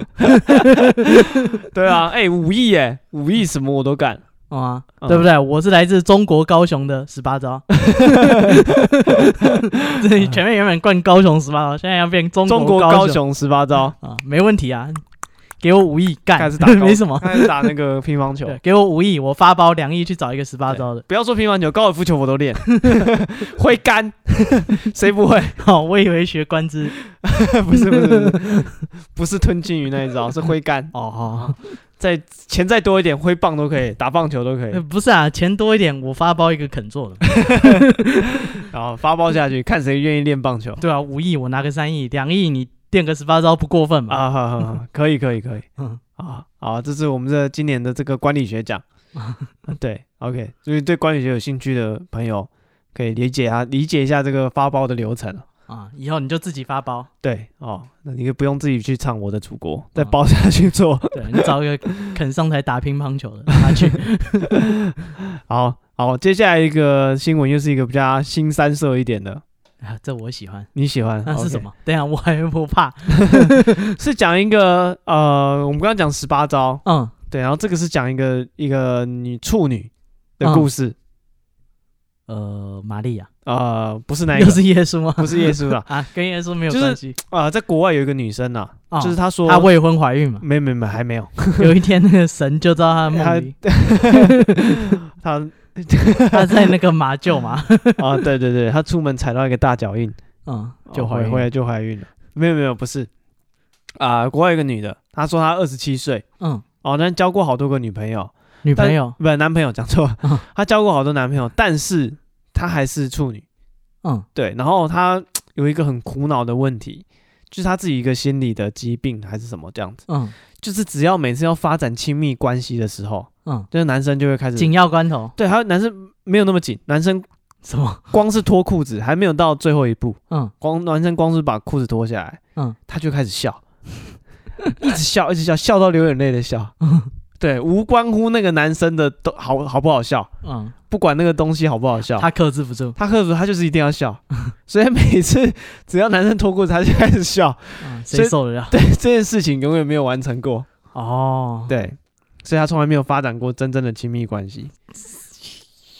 对啊，哎，五亿哎，五亿什么我都干。哦啊，嗯对不对？我是来自中国高雄的十 八招，这前面原本冠高雄十八招，现在要变中中国高高雄十八 招，啊，没问题啊，给我五亿开干始打，没什么，开始打那个乒乓球。对，给我五亿，我发包两亿去找一个十八招的，不要说乒乓球，高尔夫球我都练， 挥杆， 谁不会？哦，我以为学官资， 不是不是不是， 不是吞金鱼那一招，是挥杆。哦哦，再钱再多一点，挥棒都可以，打棒球都可以 呃。不是啊，钱多一点，我发包一个肯做的。然后发包下去，看谁愿意练棒球对啊，五亿我拿个三亿，两亿你垫个十八招不过分吧？啊！好好好，可以可以可以。嗯，啊，好，这是我们这今年的这个管理学 奖。嗯啊对，OK，所以对管理学有兴趣的朋友，可以理解啊，理解一下这个发包的流程。啊，以后你就自己发包，对哦，那你就不用自己去唱《我的祖国》，再啊包下去做。 对你找一个肯上台打乒乓球的拿去。 好好，接下来一个新闻又是一个比较新三色一点的，啊，这我喜欢。你喜欢？ 那是 OK 什？么？等一下我还不怕。是讲一个呃，我们刚刚讲十八招，嗯，对，然后这个是讲一个一个女处女嗯的故事，呃，玛利亚呃，不是那一 又个，是耶稣吗？，不是耶稣啦 啊，跟耶稣没有就是关系。啊、在国外有一个女生呐、啊哦就是她嗯说，她未婚 怀孕嘛，没没没，还没有，有一天那个神就知道她的梦 里，她她在那个马 厩嘛，啊、对对对，她出门踩到一个大脚印，嗯，就就怀怀回孕，来就怀孕了，没有没有，不是，啊、国外有一个女的，她说她二十七岁，嗯，哦，但交过好多个女朋友，女但朋友，不男朋友讲错了 嗯，她交过好多男朋友，但是她还是处女。嗯对，然后她有一个很苦恼的问题，就是她自己一个心理的疾病还是什么这样子，嗯就是只要每次要发展亲密关系的时候，嗯，就是男生就会开始紧要关头对，还有男生没有那么紧，男生什么？光是脱裤子还没有到最后一步，嗯光男生光是把裤子脱下来，嗯，他就开始笑，一直笑，一直笑，笑到流眼泪的 笑，对，无关乎那个男生的都好好不好笑，嗯，不管那个东西好不好笑，她克制不住，他克服，他就是一定要笑，所以每次只要男生脱裤子，他就开始笑。嗯，所谁以受得了？对，这件事情永远没有完成过。哦，对，所以他从来没有发展过真正的亲密关系。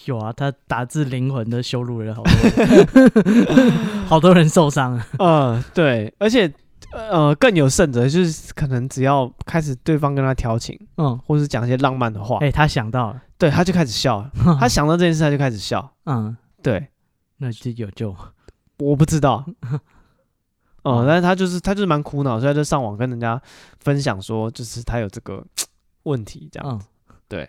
有啊，她打自灵魂的羞辱 了好多人，好多人受伤啊。 嗯，对，而且呃，更有甚者，就是可能只要开始对方跟他调情，嗯，或是讲一些浪漫的话，哎，她想到了，对，他就开始笑 了。他想到这件事，他就开始笑。嗯，对，那就有救。我不知 道。哦、但是他就是他就是蛮苦恼，所以他就上网跟人家分享说，就是他有这个问题这样。嗯，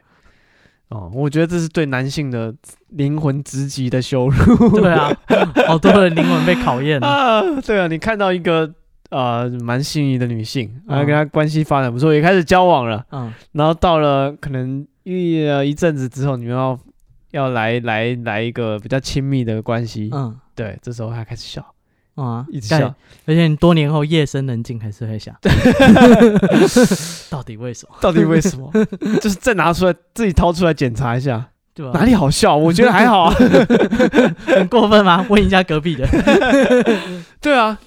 哦，我觉得这是对男性的灵魂直击的羞辱。 对啊，好多人灵魂被考验了。啊，对啊，你看到一个呃蛮心仪的女性，然后嗯跟她关系发展不错，也开始交往了，嗯然后到了可能一呃一阵子之后，你们要要来来来一个比较亲密的关系，嗯对，这时候她开始笑，嗯啊，一直干笑，而且你多年后夜深人静还是会 想，到底为什么？到底为什么？ 就是再拿出来自己掏出来检查一下，对吧、哪里好笑？我觉得还 好啊，很过分吗？问一下隔 壁的。对啊。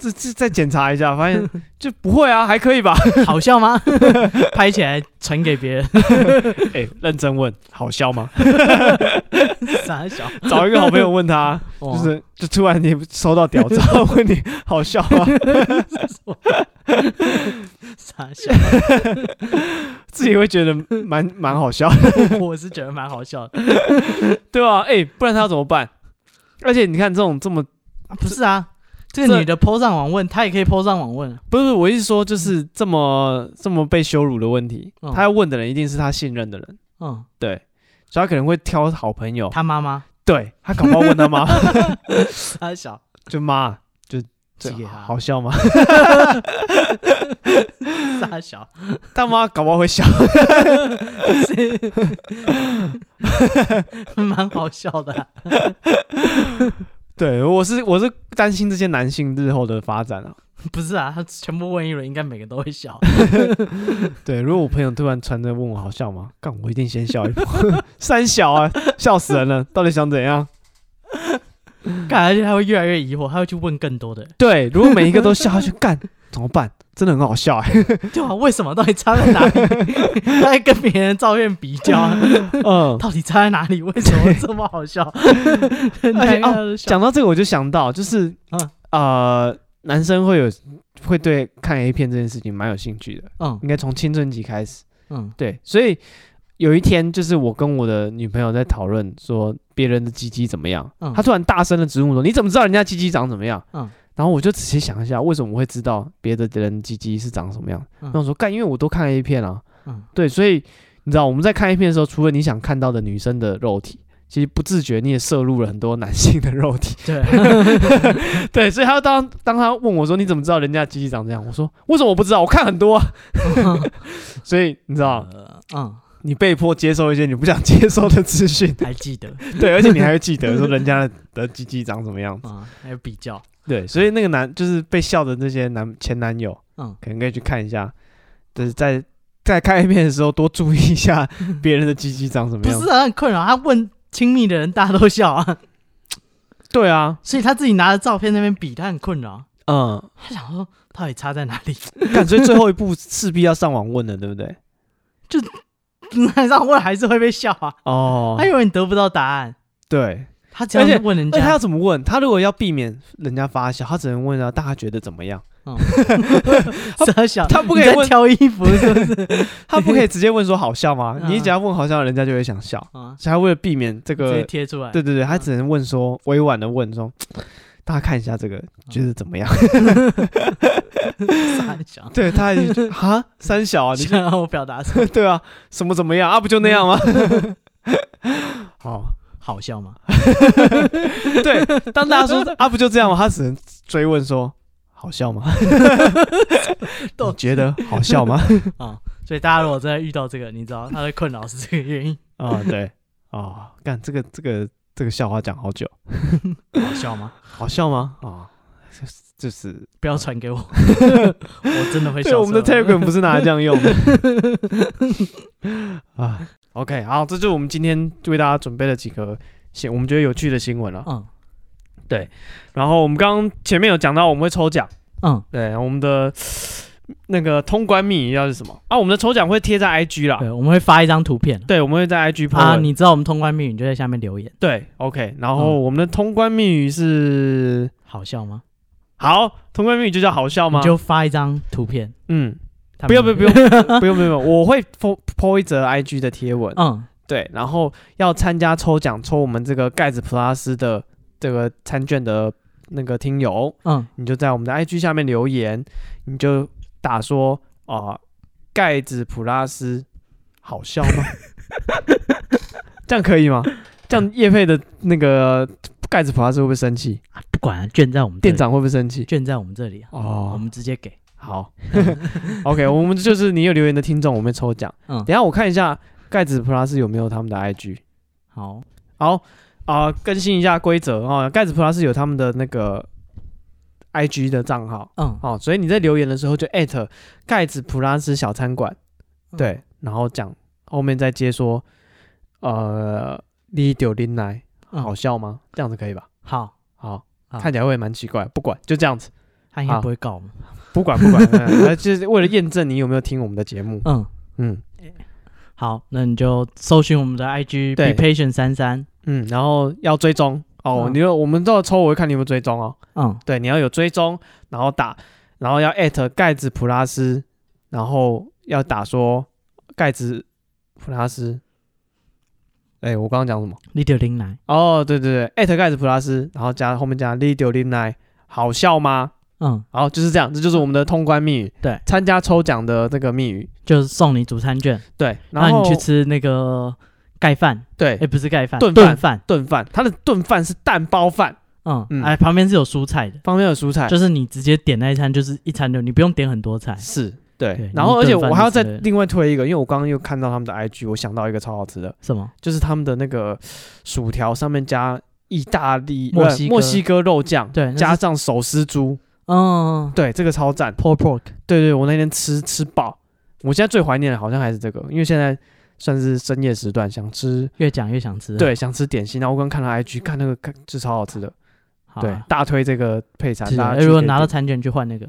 这这再检查一下，发现就不会啊，还可以吧？好笑吗？拍起来传给别人， 哎、认真问，好笑吗？傻笑。 找一个好朋友问他，就就是就突然你收到屌 照，问你好笑 吗？傻 笑，自己会觉得蛮蛮好笑，的，我是觉得蛮好笑的。 对吧、啊？哎、不然他要怎么办？而且你看这种这么啊不是啊，这个女的 PO 上网问，她也可以 PO 上网问。不是我意思说，就是这么这么被羞辱的问题，嗯他要问的人一定是他信任的人，嗯，对，所以他可能会挑好朋友，她妈妈对他搞不好问他 妈，傻笑，就妈就这寄给他好笑吗？傻笑，大妈搞不好会笑，蛮好笑的啊、对我是我是担心这些男性日后的发展啊，不是啊，她全部问一轮，应该每个都会笑。对，如果我朋友突然传着问我好笑吗？干，我一定先笑一波， 三小啊，笑死人了，到底想怎样？ 看，而且她会越来越疑惑，她会去问更多的人。 对，如果每一个都笑，他就干怎么办？真的很好笑哎、对啊，为什么？到底差在哪里？ 她在跟别人照片比 较啊，嗯，到底差在哪里？为什么这么 好笑？哎而且大家哦都，笑讲到这个我就想到，就是嗯呃，男生会有会对看 A 片这件事情蛮有兴趣的，嗯应该从青春期开始。嗯对，所以有一天就是我跟我的女朋友在讨论说别人的鸡鸡怎么样，嗯她突然大声的质问我说：“你怎么知道人家鸡鸡长怎么样？”嗯然后我就仔细想一下，为什么我会知道别的人鸡鸡是长什么样？嗯那我说干，因为我都看 A 片啊。嗯对，所以你知道我们在看 A 片的时候，除了你想看到的女生的肉体，其实不自觉你也摄入了很多男性的肉体。对，对，所以他当当他问我说你怎么知道人家鸡鸡长这样？我说为什么我不知道？我看很多、啊。所以 你知道，呃嗯，你被迫接受一些你不想接受的资 讯，还 记得对，而且你还会记得说人家的的鸡鸡长什么样。啊，还有比较，对，所以那个男就是被笑的那些男前男友，嗯可能可以去看一下，就是在在看 A 片的时候多注意一 下别人的鸡鸡长什么不样。是啊，很困扰。他问亲密的人，大家都笑啊，对啊， 所以他自己拿着照片那边比，他很困扰。嗯，他想说，到底差在哪里？ 感觉最后一步势必要上网问了，对不对？那让问还是会被笑啊。哦他，以为你得不到答案，对，他这样问人那他要家，怎么问？他如果要避免人家发笑，他只能问啊，大家觉得怎么样？ 他想嗯他不可以你在问挑衣服是 不是？他不可以 直接问说好笑吗？嗯你只要问好笑，人家就会想笑。啊，所以他为了避免这直接个，贴出来。对对对，他只能问说委婉的问说，大家看一下这个，觉得怎么样？ 傻笑，对，他还觉得哈三小啊，啊 你你想让我表达什么？对啊，什么怎么样啊？不就那样吗？ 好，好笑 吗？对，当大家说啊不就这样吗？他只能追问说好笑吗？ 你觉得好笑吗？啊，所以大家如果真的遇到这个，你知道他的困扰是这个原因，啊、对，啊，干这个这个这个笑话讲好久， 好笑吗？好笑吗？啊、 就是不要传 给我，我真的会笑对，死。我们的 Telegram 不是拿来这样用的啊。OK，好，这就是我们今天为大家准备了几个新，我们觉得有趣的新闻了。嗯然后我们刚刚前面有讲到我们会抽奖，嗯，对，我们的那个通关密语要是什么啊？我们的抽奖会贴在 IG 啦，对，我们会发一张图片对，我们会在 IG 啊，发你知道我们通关密语，你就在下面留言，对 OK，然后我们的通关密语是好笑吗？好，通关密语就叫好笑吗你？就发一张图片，嗯，他们不用不用不用不用不用，我会 po po 一则 IG 的贴文， 嗯，对，然后要参加抽奖，抽我们这个盖子普拉斯的这个参券的那个听友，嗯你就在我们的 IG 下面留言，你就打说啊、盖子普拉斯好笑吗？这样可以吗？这样叶佩的那个盖子普拉斯会不会生气？啊不管了，券在我们这里店， 长会不会生气？券在我们这里啊，我哦，们直接给，好 ，OK，我们就是你有留言的听众，我们会抽奖。嗯等一下我看一下盖子普拉斯有没有他们的 IG。好，好啊、更新一下规则哦。盖子 Plus 有他们的那个 IG 的账号嗯，哦，所以你在留言的时候就艾特盖子普拉斯小餐馆，对，然后讲后面再接说，呃，你丢林来嗯，好好，笑吗？这样子可以吧？好，好，好看起来会蛮奇怪，不管就这样子，他应该不会告我们，不管 不管，嗯呃就是为了验证你有没有听我们的节目，嗯，嗯好，那你就搜寻我们的 IG 对 be patient 三三，嗯，然后要追踪哦，嗯你说我们都要抽，我会看你有没有追踪哦。嗯，对，你要有追踪，然后打，然后要艾特盖子普拉斯，然后要打说盖子普拉斯。哎、我刚刚讲什么？你丢零来，哦，对对对，艾特盖子普拉斯，然后加后面加 Lidio l i n i 好笑吗？嗯，好，就是这样，这就是我们的通关密语。对参加抽奖的这个密语。就送你主餐券，对，然让后你去吃那个盖饭，对哎，不是盖饭，炖饭炖饭，炖饭，它的炖饭是蛋包饭，嗯嗯，哎，旁边是有蔬菜的，旁边有蔬菜。就是你直接点那一餐，就是一餐就你不用点很多菜，是对对，然后而你一且顿饭我还要就再吃了另外推一个，因为我刚刚又看到他们的 IG，我想到一个超好吃的，什么？就是他们的那个薯条上面加意大利墨呃西哥墨西哥肉酱，对那是加上手撕猪，嗯对，这个超赞。 ，pork pork，对对，我那天吃吃爆，我现在最怀念的好像还是这个，因为现在算是深夜时段，想吃越讲越想吃，，啊对想吃点心，然后我刚看到 IG 看那个看是超好吃的，好对啊，，大推这个配餐，是的大家哎去如果可以拿到点餐券去换那个，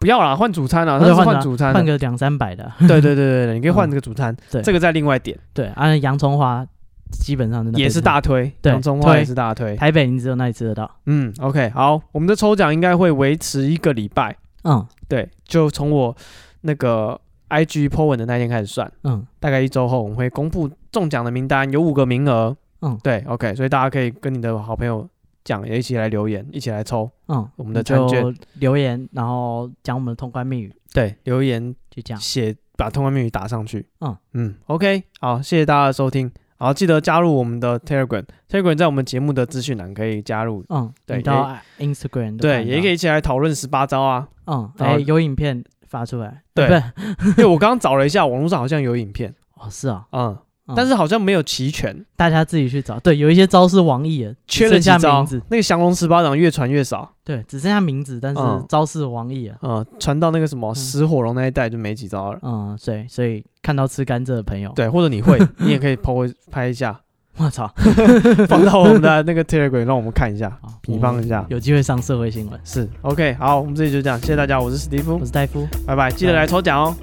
不要啦，换主餐啦，或那者是换换个主餐啊，换个两三百的，对对对对对，你可以换嗯这个主餐， 对这个再另外点对，啊，洋葱花基本上真的也非是常大推，对洋葱花也推是大推，台北你只有那里吃得到。嗯，OK，好，我们的抽奖应该会维持一个礼拜，嗯对，就从我那个 IG po 文的那天开始算，嗯，大概一周后我们会公布中奖的名单，有五个名额，嗯对，OK，所以大家可以跟你的好朋友讲，也一起来留言，一起来抽，嗯，我们的你就餐券留言，然后讲我们的通关密语，对，留言就这样。写把通关密语打上去，嗯嗯，OK，好，谢谢大家的收听，好，记得加入我们的 Telegram，Telegram 在我们节目的资讯栏可以加入，嗯，对你到 Instagram 都对，看得也可到。以一起来讨论十八招啊，嗯，然后哎，有影片发出来。对呃不 是对我刚刚找了一下，网络上好像有影片，哦，是啊，嗯，嗯但是好像没有齐全，大家自己去找。对，有一些招是网易的，缺了只几剩下招名字。。那个降龙十八掌越传越少，对，只剩下名字，但是嗯招式网易的。嗯，传到那个什么嗯死火龙那一带就没几招了。嗯，所以所以看到吃甘蔗的朋友， 对，或者你会，你也可以 po 拍一下，我操，放到我们的那个 Telegram，让我们看一下，嗯好比方一下。有机会上社会新闻。是 OK，好，我们这里就这样，谢谢大家，我是史蒂夫我，是戴夫。拜拜，记得来抽奖哦。